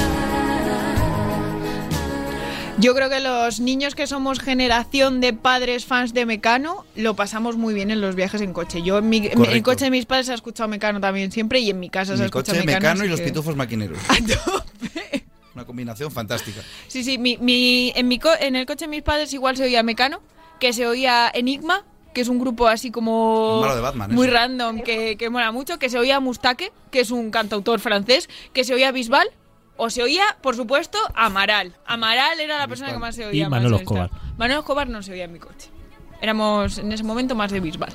S15: Ah,
S12: Yo creo que los niños que somos generación de padres fans de Mecano lo pasamos muy bien en los viajes en coche. Yo en mi, en el
S2: Correcto.
S12: coche de mis padres se ha escuchado Mecano también siempre y en mi casa se
S2: Mi
S12: ha escuchado
S2: coche mecano,
S12: así
S2: y los
S12: que-
S2: pitufos maquineros. Una combinación fantástica.
S12: Sí, sí, mi, mi- en, mi co- en el coche de mis padres igual se oía Mecano, que se oía Enigma, que es un grupo así como...
S2: Un malo de Batman,
S12: Muy
S2: ese.
S12: random, que, que mola mucho, que se oía Mustaque, que es un cantautor francés, que se oía Bisbal, o se oía, por supuesto, Amaral. Amaral era la persona que más se oía.
S1: Y
S12: más
S1: Manolo
S12: en esta.
S1: Escobar.
S12: Manolo Escobar no se oía en mi coche. Éramos en ese momento más de Bisbal.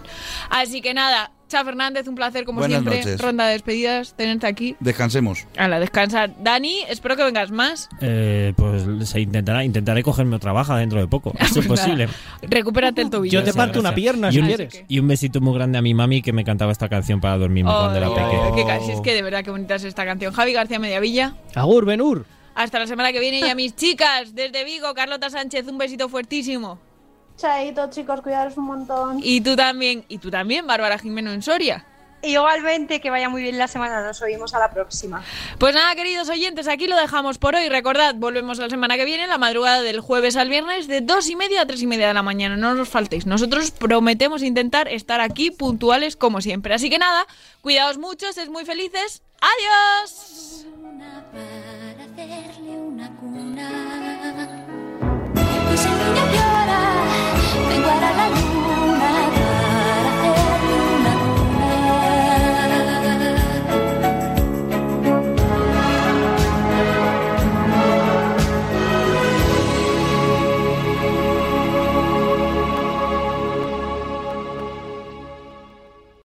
S12: Así que nada, Cha Fernández, un placer como
S2: Buenas
S12: siempre.
S2: noches.
S12: Ronda de despedidas, tenerte aquí.
S2: Descansemos.
S12: A la descansa. Dani, espero que vengas más.
S1: Eh, pues se intentará, intentaré cogerme otra baja dentro de poco,
S12: Pues
S1: a ser posible.
S12: Recupérate el tobillo.
S13: Yo te parto una pierna
S1: Y
S13: si
S1: un,
S13: quieres.
S1: y un besito muy grande a mi mami que me cantaba esta canción para dormirme cuando era
S12: Ay,
S1: pequeño.
S12: qué casi Oh, es que de verdad que bonita es esta canción. Javi García Mediavilla.
S13: Agur, Benur.
S12: Hasta la semana que viene y a mis chicas desde Vigo, Carlota Sánchez, un besito fuertísimo.
S15: Chaito, chicos, cuidaros un montón.
S12: Y tú también, y tú también, Bárbara Jimeno en Soria.
S6: Igualmente, que vaya muy bien la semana. Nos oímos a la próxima.
S12: Pues nada, queridos oyentes, aquí lo dejamos por hoy. Recordad, volvemos la semana que viene, la madrugada del jueves al viernes, de dos y media a tres y media de la mañana. No nos faltéis. Nosotros prometemos intentar estar aquí puntuales como siempre. Así que nada, cuidaos mucho, sed muy felices. ¡Adiós!
S21: hacerle una cuna